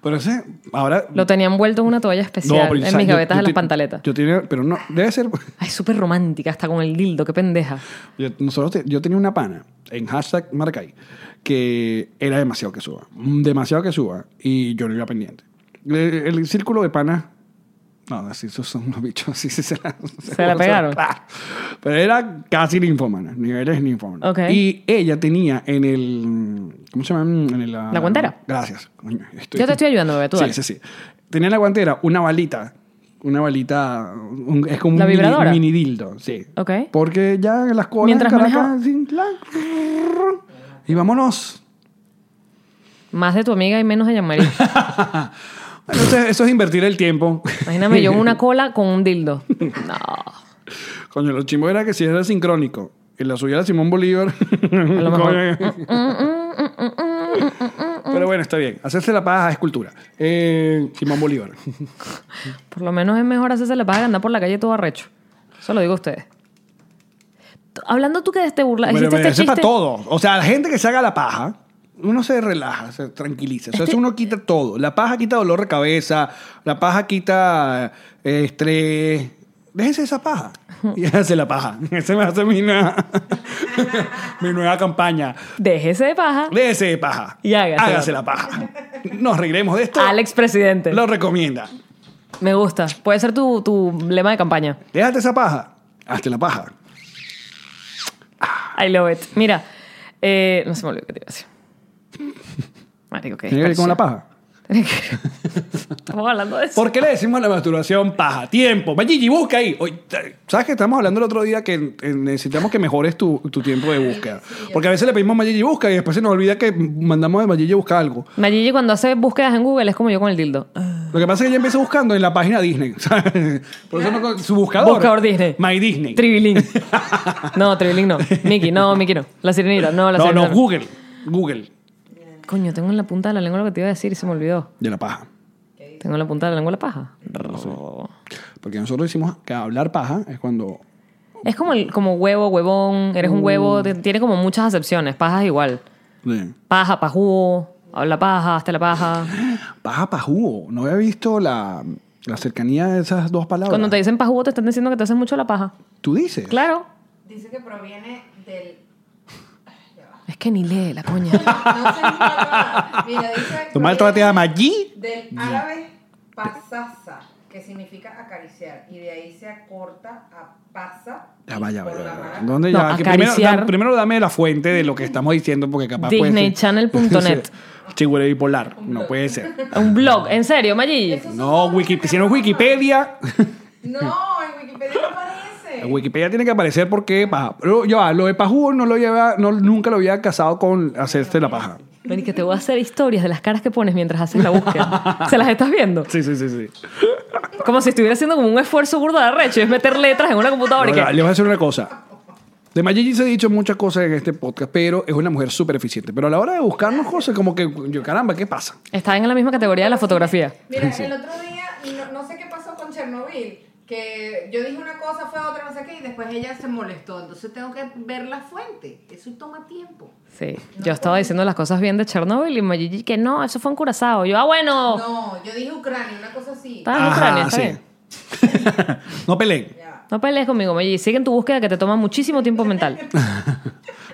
Speaker 3: Pero ese, ahora...
Speaker 1: Lo tenía envuelto en una toalla especial
Speaker 3: pero, o
Speaker 1: en
Speaker 3: sea,
Speaker 1: mis
Speaker 3: yo-
Speaker 1: gavetas
Speaker 3: yo
Speaker 1: de las
Speaker 3: te-
Speaker 1: pantaletas.
Speaker 3: Yo tenía... Pero no, debe ser... pues.
Speaker 1: Ay, súper romántica, hasta con el dildo, qué pendeja.
Speaker 3: Yo, nosotros te- yo tenía una pana en hashtag Maracay que era demasiado que suba. mm, Demasiado que suba. Y yo no iba pendiente. El, el círculo de panas. No, así esos son unos bichos. [LAUGHS] Así se, se la,
Speaker 1: la pegaron.
Speaker 3: ¡pah! Pero era casi ninfómana. Niveles ninfómana.
Speaker 1: Ok.
Speaker 3: Y ella tenía en el. ¿Cómo se llama? En el,
Speaker 1: ¿La guantera?
Speaker 3: Gracias. Coño, estoy-
Speaker 1: Yo te estoy ayudando, bebé, tú
Speaker 3: Sí,
Speaker 1: dale.
Speaker 3: sí, sí. Tenía en la guantera una balita. Una balita. un- es como
Speaker 1: ¿La
Speaker 3: un mini-
Speaker 1: vibradora?
Speaker 3: mini, dildo. Sí.
Speaker 1: Ok.
Speaker 3: Porque ya en las colas
Speaker 1: Mientras
Speaker 3: en Caracas,
Speaker 1: manejaba.
Speaker 3: sin plan. Y vámonos.
Speaker 1: Más de tu amiga y menos de Yamari.
Speaker 3: Bueno, eso, es- eso es invertir el tiempo.
Speaker 1: Imagíname yo en una cola con un dildo. No.
Speaker 3: [LAUGHS] Coño, lo chimbo era que si era sincrónico. Y la suya era Simón [LAUGHS] Bolívar.
Speaker 1: lo mejor.
Speaker 3: Coño. Pero bueno, está bien. Hacerse la paja es cultura. Eh, Simón Bolívar.
Speaker 1: Por lo menos es mejor hacerse la paja que andar por la calle todo arrecho. Eso lo digo a ustedes. T- Hablando tú que te burlas,
Speaker 3: Bueno,
Speaker 1: hiciste
Speaker 3: pero
Speaker 1: este
Speaker 3: eso es para
Speaker 1: chiste.
Speaker 3: todo. O sea, la gente que se haga la paja, uno se relaja, se tranquiliza. O sea,
Speaker 1: Este
Speaker 3: eso uno quita todo. La paja quita dolor de cabeza, la paja quita eh, estrés. Déjense esa paja. Y [LAUGHS] háganse la paja. Esa va a ser mi nueva, [LAUGHS] mi nueva campaña.
Speaker 1: Déjese de paja.
Speaker 3: Déjense de paja.
Speaker 1: Y hágase la-
Speaker 3: Hágase la paja. Nos reiremos de esto.
Speaker 1: Alex presidente.
Speaker 3: Lo recomienda.
Speaker 1: Me gusta. Puede ser tu, tu lema de campaña.
Speaker 3: Déjate esa paja. Hazte la paja.
Speaker 1: I love it. Mira, eh, no se me olvidó que te iba a decir. Marico, qué
Speaker 3: ¿Tiene que ver con
Speaker 1: dispersión.
Speaker 3: la paja?
Speaker 1: Estamos hablando de eso.
Speaker 3: ¿Por qué le decimos a la masturbación paja? Tiempo. Va, Gigi, busca ahí. Oye, t- ¿Sabes que estamos hablando el otro día que eh, necesitamos que mejores tu, tu tiempo de búsqueda? Porque a veces le pedimos a Gigi busca y después se nos olvida que mandamos a Gigi a buscar algo.
Speaker 1: Nayeli cuando hace búsquedas en Google es como yo con el dildo.
Speaker 3: Lo que pasa es que ella empieza buscando en la página Disney. [LAUGHS] ¿sabes? Por eso no, con- su buscador.
Speaker 1: Buscador Disney.
Speaker 3: My Disney.
Speaker 1: Tribilín. No, Tribilín no. Mickey, no, Mickey no. La sirenita, no, la
Speaker 3: no,
Speaker 1: sirenita.
Speaker 3: no, Google. Google.
Speaker 1: Coño, tengo en la punta de la lengua lo que te iba a decir y se me olvidó.
Speaker 3: De la paja.
Speaker 1: Tengo en la punta de la lengua la paja.
Speaker 3: Porque nosotros decimos que hablar paja es cuando.
Speaker 1: Es como, el, como huevo, huevón, eres un
Speaker 3: Uh.
Speaker 1: huevo, te- tiene como muchas acepciones. Paja es igual.
Speaker 3: Sí.
Speaker 1: Paja, pajugo, habla paja, hasta la paja.
Speaker 3: Paja pajugo. No había visto la, la cercanía de esas dos palabras.
Speaker 1: Cuando te dicen pajugo te están diciendo que te haces mucho la paja.
Speaker 3: Tú dices.
Speaker 1: Claro.
Speaker 4: Dice que proviene del.
Speaker 1: Es que ni lee la coña.
Speaker 4: [LAUGHS] No sé ni la palabra. Mira, dice.
Speaker 3: Tu maltrate a
Speaker 4: proviene
Speaker 3: Maggi.
Speaker 4: Del árabe pasasa, que significa acariciar. Y de ahí se acorta a pasa.
Speaker 3: Ya va, ya va,
Speaker 4: por
Speaker 3: ya
Speaker 4: la
Speaker 3: va, ya va.
Speaker 4: mano.
Speaker 3: ¿Dónde
Speaker 1: No,
Speaker 3: ya va? Que primero,
Speaker 1: acariciar.
Speaker 3: da- primero dame la fuente de lo que estamos diciendo porque capaz puede ser- [LAUGHS]
Speaker 1: DisneyChannel.net.
Speaker 3: Chigüire bipolar. No puede ser.
Speaker 1: Un blog, en serio, Maggi.
Speaker 4: Esos son
Speaker 3: No,
Speaker 4: todos
Speaker 3: Wiki,
Speaker 4: los que
Speaker 3: si no es
Speaker 4: tenemos.
Speaker 3: Wikipedia.
Speaker 4: No, en Wikipedia no aparece.
Speaker 3: En Wikipedia tiene que aparecer porque paja. Pero yo, ah, lo de pajugo no lo lleva, no, nunca lo había casado con hacerse la paja.
Speaker 1: Ven, que te voy a hacer historias de las caras que pones mientras haces la búsqueda. ¿Se las estás viendo?
Speaker 3: Sí, sí, sí, sí.
Speaker 1: Como si estuviera haciendo como un esfuerzo burda de arrecho. Es meter letras en una computadora y
Speaker 3: Ahora,
Speaker 1: que...
Speaker 3: les voy a decir una cosa. De Mayigi se ha dicho muchas cosas en este podcast, pero es una mujer súper eficiente. Pero a la hora de buscarnos cosas, como que, yo, caramba, ¿qué pasa?
Speaker 1: Está en la misma categoría de la fotografía.
Speaker 4: Mira, el otro día, no, no sé qué pasó con Chernobyl, que yo dije una cosa, fue otra, no sé qué, y después ella se molestó. Entonces tengo que ver la fuente. Eso toma tiempo.
Speaker 1: Sí. Yo estaba diciendo las cosas bien de Chernobyl y Mayigi que no, eso fue en Curazao. Yo, ah, bueno.
Speaker 4: No, yo dije Ucrania, una cosa así.
Speaker 1: Estaba en Ucrania, Ah, está bien.
Speaker 3: [LAUGHS] no peleen.
Speaker 4: Ya.
Speaker 1: No pelees conmigo, Mayigi. Sigue en tu búsqueda que te toma muchísimo tiempo mental.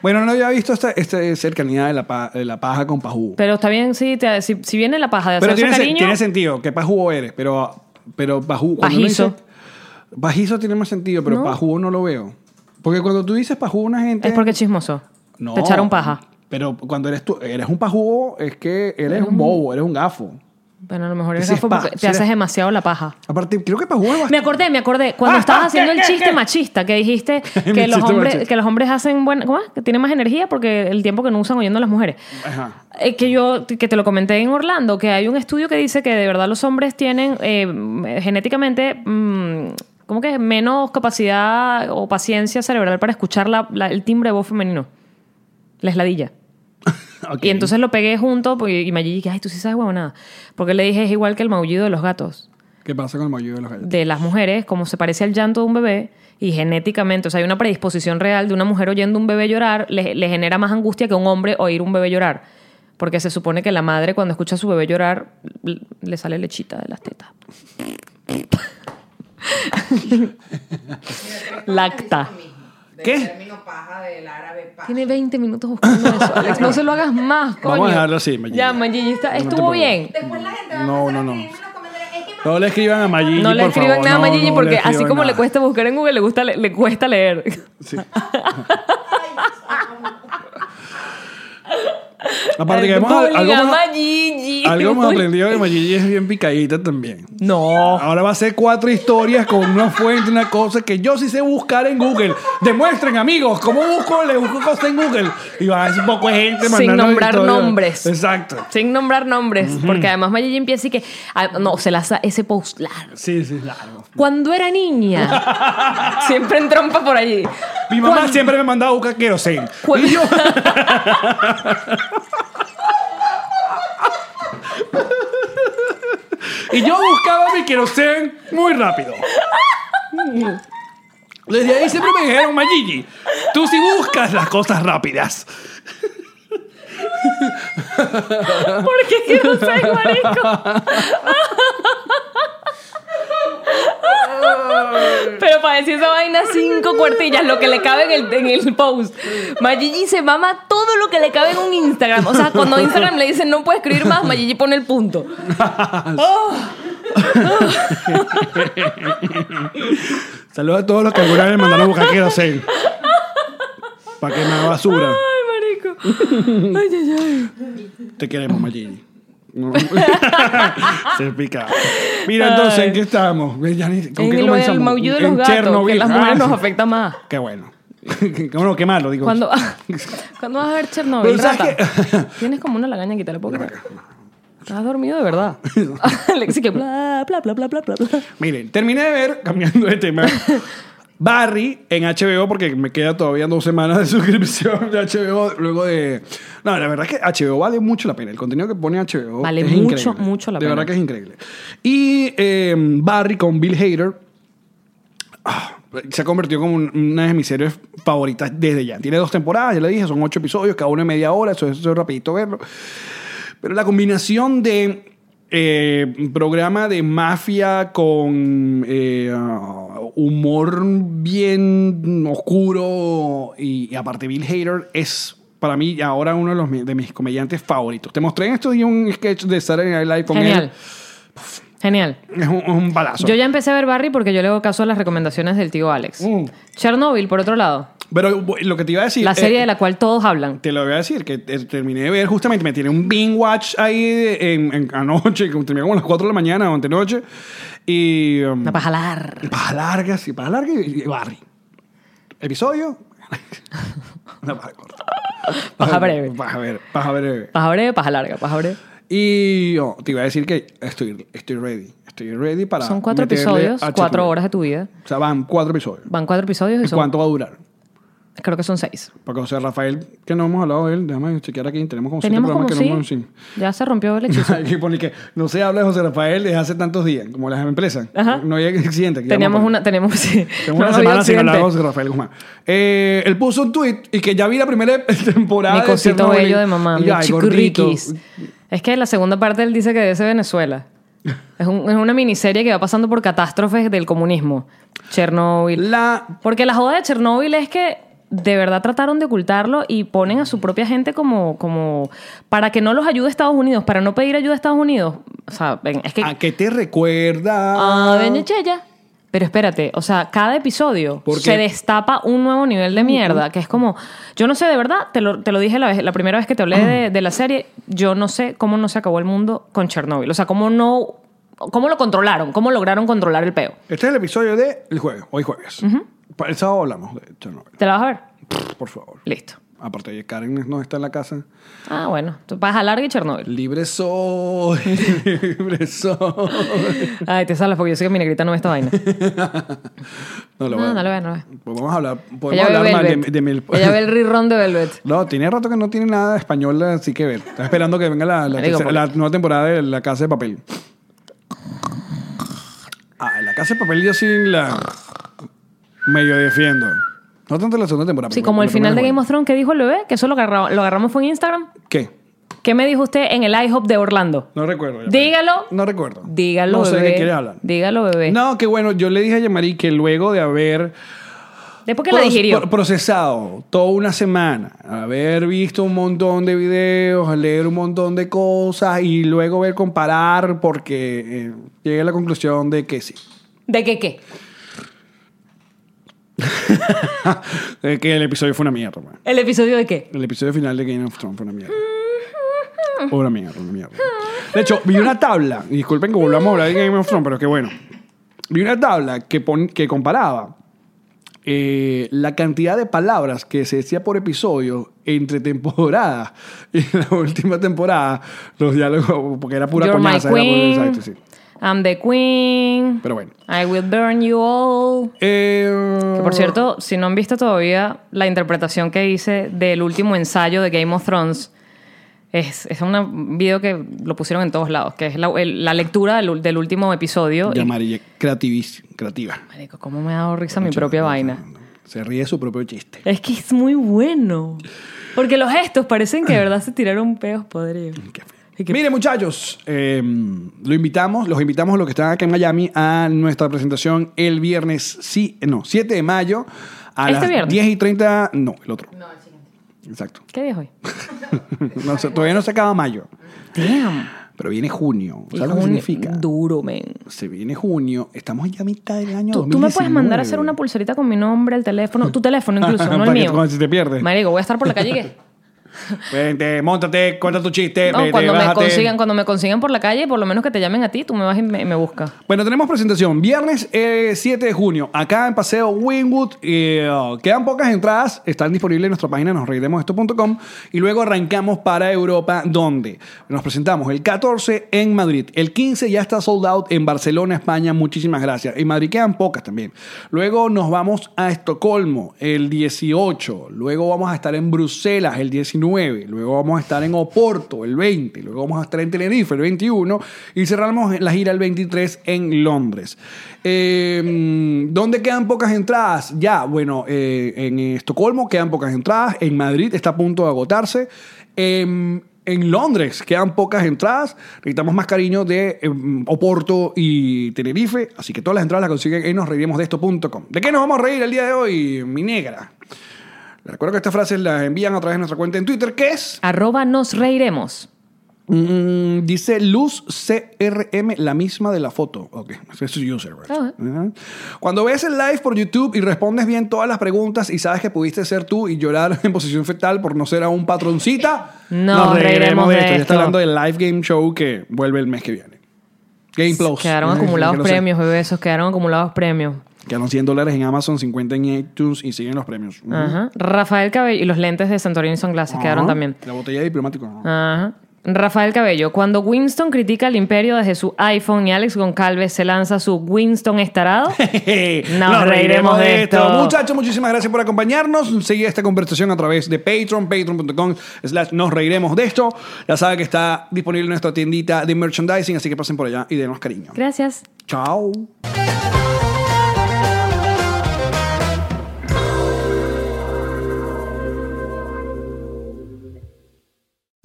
Speaker 3: Bueno, no había visto esta, esta cercanía de la, pa- de la paja con pajugo.
Speaker 1: Pero está bien, sí, te- si, si viene la paja de
Speaker 3: Pero
Speaker 1: hacerse
Speaker 3: tiene, sen-
Speaker 1: cariño...
Speaker 3: tiene sentido que pajugo eres, pero, pero pajugo. cuando uno
Speaker 1: Pajizo.
Speaker 3: dice- pajizo tiene más sentido, pero
Speaker 1: No.
Speaker 3: pajugo no lo veo. Porque cuando tú dices pajugo a una gente.
Speaker 1: Es porque es chismoso.
Speaker 3: No.
Speaker 1: Te echaron paja.
Speaker 3: Pero cuando eres tú, eres un pajugo, es que eres un bobo, eres un gafo.
Speaker 1: Bueno, a lo mejor
Speaker 3: Que
Speaker 1: eres
Speaker 3: si es
Speaker 1: gafo
Speaker 3: paja,
Speaker 1: porque
Speaker 3: si
Speaker 1: te
Speaker 3: eres-
Speaker 1: haces demasiado la paja.
Speaker 3: Aparte, creo que pajugo es
Speaker 1: Me
Speaker 3: bastante.
Speaker 1: acordé, me acordé.
Speaker 3: Ah,
Speaker 1: Cuando estabas haciendo el chiste machista, que
Speaker 3: [LAUGHS]
Speaker 1: dijiste
Speaker 3: Mi
Speaker 1: que los,
Speaker 3: chiste
Speaker 1: hombres,
Speaker 3: machista.
Speaker 1: que los hombres hacen buena, ¿cómo es? Que tienen más energía porque el tiempo que no usan oyendo a las mujeres.
Speaker 3: Ajá.
Speaker 1: Eh, que yo, que te lo comenté en Orlando, que hay un estudio que dice que de verdad los hombres tienen eh, genéticamente, mm, ¿cómo que? es? Menos capacidad o paciencia cerebral para escuchar la- la- el timbre de voz femenino. La esladilla.
Speaker 3: Ok.
Speaker 1: Y entonces lo pegué junto porque, y me dije, ay, tú sí sabes huevonada. Porque le dije, es igual que el maullido de los gatos
Speaker 3: ¿Qué pasa con el maullido de los gallos?
Speaker 1: de las mujeres, como se parece al llanto de un bebé, y genéticamente, o sea, hay una predisposición real de una mujer oyendo un bebé llorar, le, le genera más angustia que un hombre oír un bebé llorar. Porque se supone que la madre, cuando escucha a su bebé llorar, l- le sale lechita de las [LAUGHS] tetas. Lacta.
Speaker 3: ¿Qué?
Speaker 4: ¿Qué? El término paja del árabe paja.
Speaker 1: Tiene 20 minutos buscando eso. Alex, no se lo hagas más, coño.
Speaker 3: Vamos a dejarlo así, Mayigi.
Speaker 1: Ya, Mayigi, está- estuvo bien.
Speaker 4: Después la gente va a
Speaker 3: No,
Speaker 4: empezar a
Speaker 3: no, no.
Speaker 4: escribirme en los comentarios, "Es que
Speaker 3: No le escriban a Mayigi,
Speaker 1: No le
Speaker 3: por
Speaker 1: escriban
Speaker 3: favor.
Speaker 1: nada a
Speaker 3: No,
Speaker 1: Mayigi
Speaker 3: no le
Speaker 1: porque así
Speaker 3: escriban
Speaker 1: como le
Speaker 3: nada.
Speaker 1: cuesta buscar en Google, le, gusta, le, le cuesta leer.
Speaker 3: Sí. Aparte que
Speaker 1: Bullying
Speaker 3: hemos, algo,
Speaker 1: a
Speaker 3: hemos-
Speaker 1: Mayigi.
Speaker 3: algo
Speaker 1: [LAUGHS]
Speaker 3: hemos aprendido de Mayigi es bien picadita también.
Speaker 1: No.
Speaker 3: Ahora va a ser cuatro historias con una fuente, una cosa que yo sí sé buscar en Google. Demuestren, amigos, cómo busco, le busco cosas en Google. Y va a ser un poco de gente
Speaker 1: Sin
Speaker 3: mandando
Speaker 1: nombrar
Speaker 3: historias.
Speaker 1: nombres.
Speaker 3: Exacto.
Speaker 1: Sin nombrar nombres, porque además Mayigi empieza y que. ah, no, se la sa- ese post largo.
Speaker 3: Sí, sí, claro.
Speaker 1: Cuando era
Speaker 3: [LAUGHS]
Speaker 1: niña, siempre en trompa por allí.
Speaker 3: Mi mamá
Speaker 1: Cuando-
Speaker 3: siempre me mandaba a buscar querosén.
Speaker 1: Cu- [LAUGHS]
Speaker 3: Y yo, y yo buscaba mi querosén muy rápido. Desde ahí siempre me dijeron, Mayigi, tú sí buscas las cosas rápidas.
Speaker 1: ¿Por qué que no sé, marico? Pero para decir esa vaina, cinco cuartillas, lo que le cabe en el, en el post. Mayigi se mama todo lo que le cabe en un Instagram. O sea, cuando Instagram le dicen no puede escribir más, Mayigi pone el punto.
Speaker 3: Saludos a todos los que alguna vez me mandaron a buscar querosén. Para que me basura.
Speaker 1: Ay, marico. Ay, ay, ay.
Speaker 3: Te queremos, Mayigi.
Speaker 1: [LAUGHS]
Speaker 3: No. Se pica. Mira, entonces, ¿en qué estamos? Ya ni- ¿Con
Speaker 1: En
Speaker 3: qué
Speaker 1: lo- el
Speaker 3: comenzamos?
Speaker 1: maullido de
Speaker 3: En
Speaker 1: los gatos, que
Speaker 3: Chernobyl.
Speaker 1: las mujeres
Speaker 3: Ah,
Speaker 1: nos afecta más.
Speaker 3: Qué bueno. [LAUGHS] Qué bueno, qué malo, digo. [LAUGHS]
Speaker 1: Cuando, ¿Cuándo vas a ver Chernobyl,
Speaker 3: Pero, ¿sabes
Speaker 1: rata? Tienes como una lagaña aquí, te la puedo quitar. Estás dormido de
Speaker 3: [LAUGHS]
Speaker 1: verdad. [LAUGHS] Alexi que bla, bla, bla, bla, bla, bla. bla.
Speaker 3: Miren, terminé de ver, [LAUGHS] cambiando de tema, Barry en HBO, porque me queda todavía dos semanas de [LAUGHS] suscripción de HBO luego de... No, la verdad es que HBO vale mucho la pena. El contenido que pone HBO
Speaker 1: Vale
Speaker 3: es
Speaker 1: mucho,
Speaker 3: increíble.
Speaker 1: mucho la
Speaker 3: De
Speaker 1: pena.
Speaker 3: verdad que es increíble. Y eh, Barry con Bill Hader ah, se ha convertido como un- una de mis series favoritas desde ya. Tiene dos temporadas, ya le dije, son ocho episodios, cada uno de media hora, eso, eso es rapidito verlo. Pero la combinación de eh, programa de mafia con eh, ah, humor bien oscuro y, y aparte Bill Hader es para mí ahora uno de, los, mi- de mis comediantes favoritos. Te mostré en esto y un sketch de Saturday Night Live con
Speaker 1: Genial. Genial.
Speaker 3: él. Es un, es un balazo.
Speaker 1: Yo ya empecé a ver Barry porque yo le hago caso a las recomendaciones del tío Alex.
Speaker 3: Mm.
Speaker 1: Chernobyl, por otro lado,
Speaker 3: Pero bu- lo que te iba a decir...
Speaker 1: la
Speaker 3: eh,
Speaker 1: serie de la cual todos hablan.
Speaker 3: Te lo voy a decir, que eh, terminé de ver justamente, me tiré un binge watch ahí de- en- en- anoche, que terminé como a las 4 de la mañana o antenoche. Y... um,
Speaker 1: Una paja larga.
Speaker 3: Paja larga, sí, paja larga y y Barry.
Speaker 1: [LAUGHS]
Speaker 3: Episodio. Una paja corta.
Speaker 1: Paja breve.
Speaker 3: Paja breve. Paja breve.
Speaker 1: Paja breve, paja larga, paja breve.
Speaker 3: Y oh, te iba a decir que estoy, estoy ready. Estoy ready para.
Speaker 1: Son cuatro
Speaker 3: meterle
Speaker 1: episodios,
Speaker 3: a
Speaker 1: cuatro
Speaker 3: Chernobyl.
Speaker 1: horas de tu vida.
Speaker 3: O sea, van cuatro episodios.
Speaker 1: Van cuatro episodios y
Speaker 3: ¿Y
Speaker 1: son,
Speaker 3: cuánto va a durar?
Speaker 1: creo que son seis.
Speaker 3: Porque, o sea, Rafael, que no hemos hablado de él, déjame chequear aquí. Tenemos como
Speaker 1: Teníamos
Speaker 3: siete
Speaker 1: como
Speaker 3: programas que no hemos.
Speaker 1: sí.
Speaker 3: sí.
Speaker 1: Ya se rompió el
Speaker 3: [LAUGHS]
Speaker 1: hechizo.
Speaker 3: Aquí pone que no se habla de José Rafael desde hace tantos días, como las empresas.
Speaker 1: Ajá.
Speaker 3: No hay accidente. aquí
Speaker 1: Teníamos
Speaker 3: vamos a-
Speaker 1: una, tenemos, sí.
Speaker 3: Tengo
Speaker 1: No [LAUGHS]
Speaker 3: una
Speaker 1: había
Speaker 3: semana sin
Speaker 1: accidente.
Speaker 3: hablar con José Rafael Guzmán. Eh, él puso un tweet y que ya vi la primera [LAUGHS] temporada.
Speaker 1: Mi
Speaker 3: de
Speaker 1: cosito
Speaker 3: Chernobyl.
Speaker 1: bello de mamá,
Speaker 3: Y
Speaker 1: mi
Speaker 3: yo, ay,
Speaker 1: chiquirriquis.
Speaker 3: gordito.
Speaker 1: Es que la segunda parte él dice que debe ser
Speaker 3: [LAUGHS]
Speaker 1: Venezuela. Es, un- es una miniserie que va pasando por catástrofes del comunismo. Chernobyl.
Speaker 3: La.
Speaker 1: Porque la joda de Chernobyl es que de verdad trataron de ocultarlo y ponen a su propia gente como, como para que no los ayude Estados Unidos, para no pedir ayuda a Estados Unidos. O sea, ven, es que...
Speaker 3: ¿A qué te recuerda?
Speaker 1: Ah, Venezuela. Pero espérate, o sea, cada episodio
Speaker 3: ¿Por qué?
Speaker 1: se destapa un nuevo nivel de mierda, que es como, yo no sé, de verdad, te lo, te lo dije la, vez- la primera vez que te hablé de, de la serie, yo no sé cómo no se acabó el mundo con Chernobyl, o sea, cómo no, cómo lo controlaron, cómo lograron controlar el peo.
Speaker 3: Este es el episodio de el jueves, hoy jueves. Para el sábado hablamos de Chernobyl,
Speaker 1: ¿Te la vas a ver?
Speaker 3: por favor.
Speaker 1: Listo.
Speaker 3: Aparte de Karen no está en la casa.
Speaker 1: Ah, bueno, tú vas a larga y Chernobyl.
Speaker 3: Libre soy, [LAUGHS] libre soy.
Speaker 1: Ay, te salas porque yo sé que mi negrita no ve esta vaina.
Speaker 3: No lo
Speaker 1: No,
Speaker 3: veo.
Speaker 1: no lo veo, no lo
Speaker 3: Pues vamos a hablar, podemos
Speaker 1: Ella ve,
Speaker 3: hablar mal de,
Speaker 1: Velvet.
Speaker 3: de Mel-
Speaker 1: Ella ve el rerun de Velvet.
Speaker 3: No, tiene rato que no tiene nada español, así que ver. Está esperando que venga la, la
Speaker 1: Marico,
Speaker 3: tercera- la nueva temporada de La Casa de Papel. Ah, La Casa de Papel yo sí la medio defiendo. No tanto la segunda temporada. [LAUGHS]
Speaker 1: Sí, como el final de Game of Thrones que dijo el bebé, que eso lo, agarra- lo agarramos fue en Instagram.
Speaker 3: ¿Qué?
Speaker 1: ¿Qué me dijo usted en el IHOP de Orlando?
Speaker 3: No recuerdo. ya.
Speaker 1: Dígalo.
Speaker 3: No recuerdo.
Speaker 1: Dígalo,
Speaker 3: No sé
Speaker 1: bebé.
Speaker 3: de qué quieres hablar.
Speaker 1: Dígalo, bebé.
Speaker 3: No, que bueno, yo le dije a Yamari que luego de haber
Speaker 1: Después que la
Speaker 3: Pro-
Speaker 1: digirió.
Speaker 3: pro- procesado toda una semana, haber visto un montón de videos, leer un montón de cosas y luego ver comparar porque eh, llegué a la conclusión de que sí.
Speaker 1: ¿De qué qué?
Speaker 3: De que el episodio fue una mierda. man.
Speaker 1: ¿El episodio de qué?
Speaker 3: El episodio final de Game of Thrones fue una mierda. Una mierda, una mierda. De hecho, vi una tabla, y disculpen que volvamos a hablar de Game of Thrones, pero es que bueno. Vi una tabla que, pon- que comparaba eh, la cantidad de palabras que se decía por episodio entre temporadas [LAUGHS] y en la última temporada, los diálogos, porque era pura
Speaker 1: You're my
Speaker 3: coñaza. era pura-
Speaker 1: queen.
Speaker 3: exacto, sí.
Speaker 1: I'm the queen.
Speaker 3: Pero bueno.
Speaker 1: I will burn you all.
Speaker 3: Eh,
Speaker 1: Que por cierto, si no han visto todavía la interpretación que hice del último ensayo de Game of Thrones, es, es un video que lo pusieron en todos lados, que es la, el- la lectura del, ul- del último episodio. Y,
Speaker 3: Yamari, creativis- creativa.
Speaker 1: marico, ¿cómo me ha dado risa mi propia vaina?
Speaker 3: Se ríe de su propio chiste.
Speaker 1: Es que es muy bueno. Porque los gestos parecen que de verdad se tiraron peos podridos.
Speaker 3: Mm,
Speaker 1: Y que-
Speaker 3: Mire, muchachos, eh, lo invitamos, los invitamos a los que están acá en Miami a nuestra presentación el viernes, sí, no, 7 de mayo a
Speaker 1: ¿Este
Speaker 3: las
Speaker 1: viernes?
Speaker 3: 10 y 30. No, el otro.
Speaker 4: No, siguiente.
Speaker 3: Exacto. [LAUGHS]
Speaker 1: ¿Qué día es hoy?
Speaker 3: No se- todavía no se acaba mayo,
Speaker 1: Damn.
Speaker 3: pero viene junio.
Speaker 1: Y
Speaker 3: ¿Sabes lo que
Speaker 1: junio-
Speaker 3: significa?
Speaker 1: Duro, men.
Speaker 3: Se viene junio, estamos ya a mitad del año.
Speaker 1: ¿Tú, tú me puedes
Speaker 3: 2019.
Speaker 1: mandar a hacer una
Speaker 3: [LAUGHS]
Speaker 1: pulserita con mi nombre, el teléfono, tu teléfono incluso, no
Speaker 3: Para
Speaker 1: el
Speaker 3: que
Speaker 1: mío.
Speaker 3: tú- si te pierdes. [LAUGHS]
Speaker 1: Marico, voy a estar por la calle. ¿qué?
Speaker 3: Vente, montate, cuenta tu chiste.
Speaker 1: No,
Speaker 3: vete,
Speaker 1: cuando me
Speaker 3: bájate.
Speaker 1: consigan, cuando me consigan por la calle, por lo menos que te llamen a ti, tú me vas y me, me buscas.
Speaker 3: Bueno, tenemos presentación. Viernes eh, 7 de junio, acá en Paseo Wynwood. Eh, oh, quedan pocas entradas, están disponibles en nuestra página nosreiremosesto.com. Y luego arrancamos para Europa, donde nos presentamos el 14 en Madrid. El 15 ya está sold out en Barcelona, España. Muchísimas gracias. En Madrid quedan pocas también. Luego nos vamos a Estocolmo el 18. Luego vamos a estar en Bruselas el 19. Luego vamos a estar en Oporto el 20. Luego vamos a estar en Tenerife el 21. Y cerramos la gira el 23 en Londres. Eh, ¿Dónde quedan pocas entradas? Ya, bueno, eh, en Estocolmo quedan pocas entradas. En Madrid está a punto de agotarse. Em, en Londres quedan pocas entradas. Necesitamos más cariño de eh, Oporto y Tenerife. Así que todas las entradas las consiguen en nosreiremosdeesto.com. ¿De qué nos vamos a reír el día de hoy, mi negra? Les recuerdo que estas frases las envían a través de nuestra cuenta en Twitter, que es.
Speaker 1: Arroba nos reiremos.
Speaker 3: mm, dice Luz CRM, la misma de la foto. Ok, ese es su user. ¿verdad?
Speaker 1: Ah,
Speaker 3: Ajá. Cuando ves el live por YouTube y respondes bien todas las preguntas y sabes que pudiste ser tú y llorar [LAUGHS] en posición fetal por no ser aún patroncita,
Speaker 1: No,
Speaker 3: nos
Speaker 1: reiremos de
Speaker 3: Ya
Speaker 1: esto.
Speaker 3: está hablando del live game show que vuelve el mes que viene. Game Plus.
Speaker 1: Quedaron
Speaker 3: Ay,
Speaker 1: acumulados
Speaker 3: [LAUGHS] que no sé.
Speaker 1: premios, bebé. Esos quedaron acumulados premios.
Speaker 3: Quedaron 100 dólares en Amazon, 50 en iTunes y siguen los premios. Ujú.
Speaker 1: Ajá. Rafael Cabello y los lentes de Santorini Sunglasses quedaron
Speaker 3: Ajá.
Speaker 1: también.
Speaker 3: La botella de diplomático. ¿no?
Speaker 1: Ajá. Rafael Cabello, cuando Winston critica el imperio desde su iPhone y Alex Goncalves se lanza su Winston estarado,
Speaker 3: [LAUGHS]
Speaker 1: Nos reiremos de esto.
Speaker 3: Muchachos, muchísimas gracias por acompañarnos. Seguí esta conversación a través de Patreon, patreon.com slash nos reiremos de esto. Ya saben que está disponible en nuestra tiendita de merchandising, así que pasen por allá y denos cariño.
Speaker 1: gracias.
Speaker 3: Chao.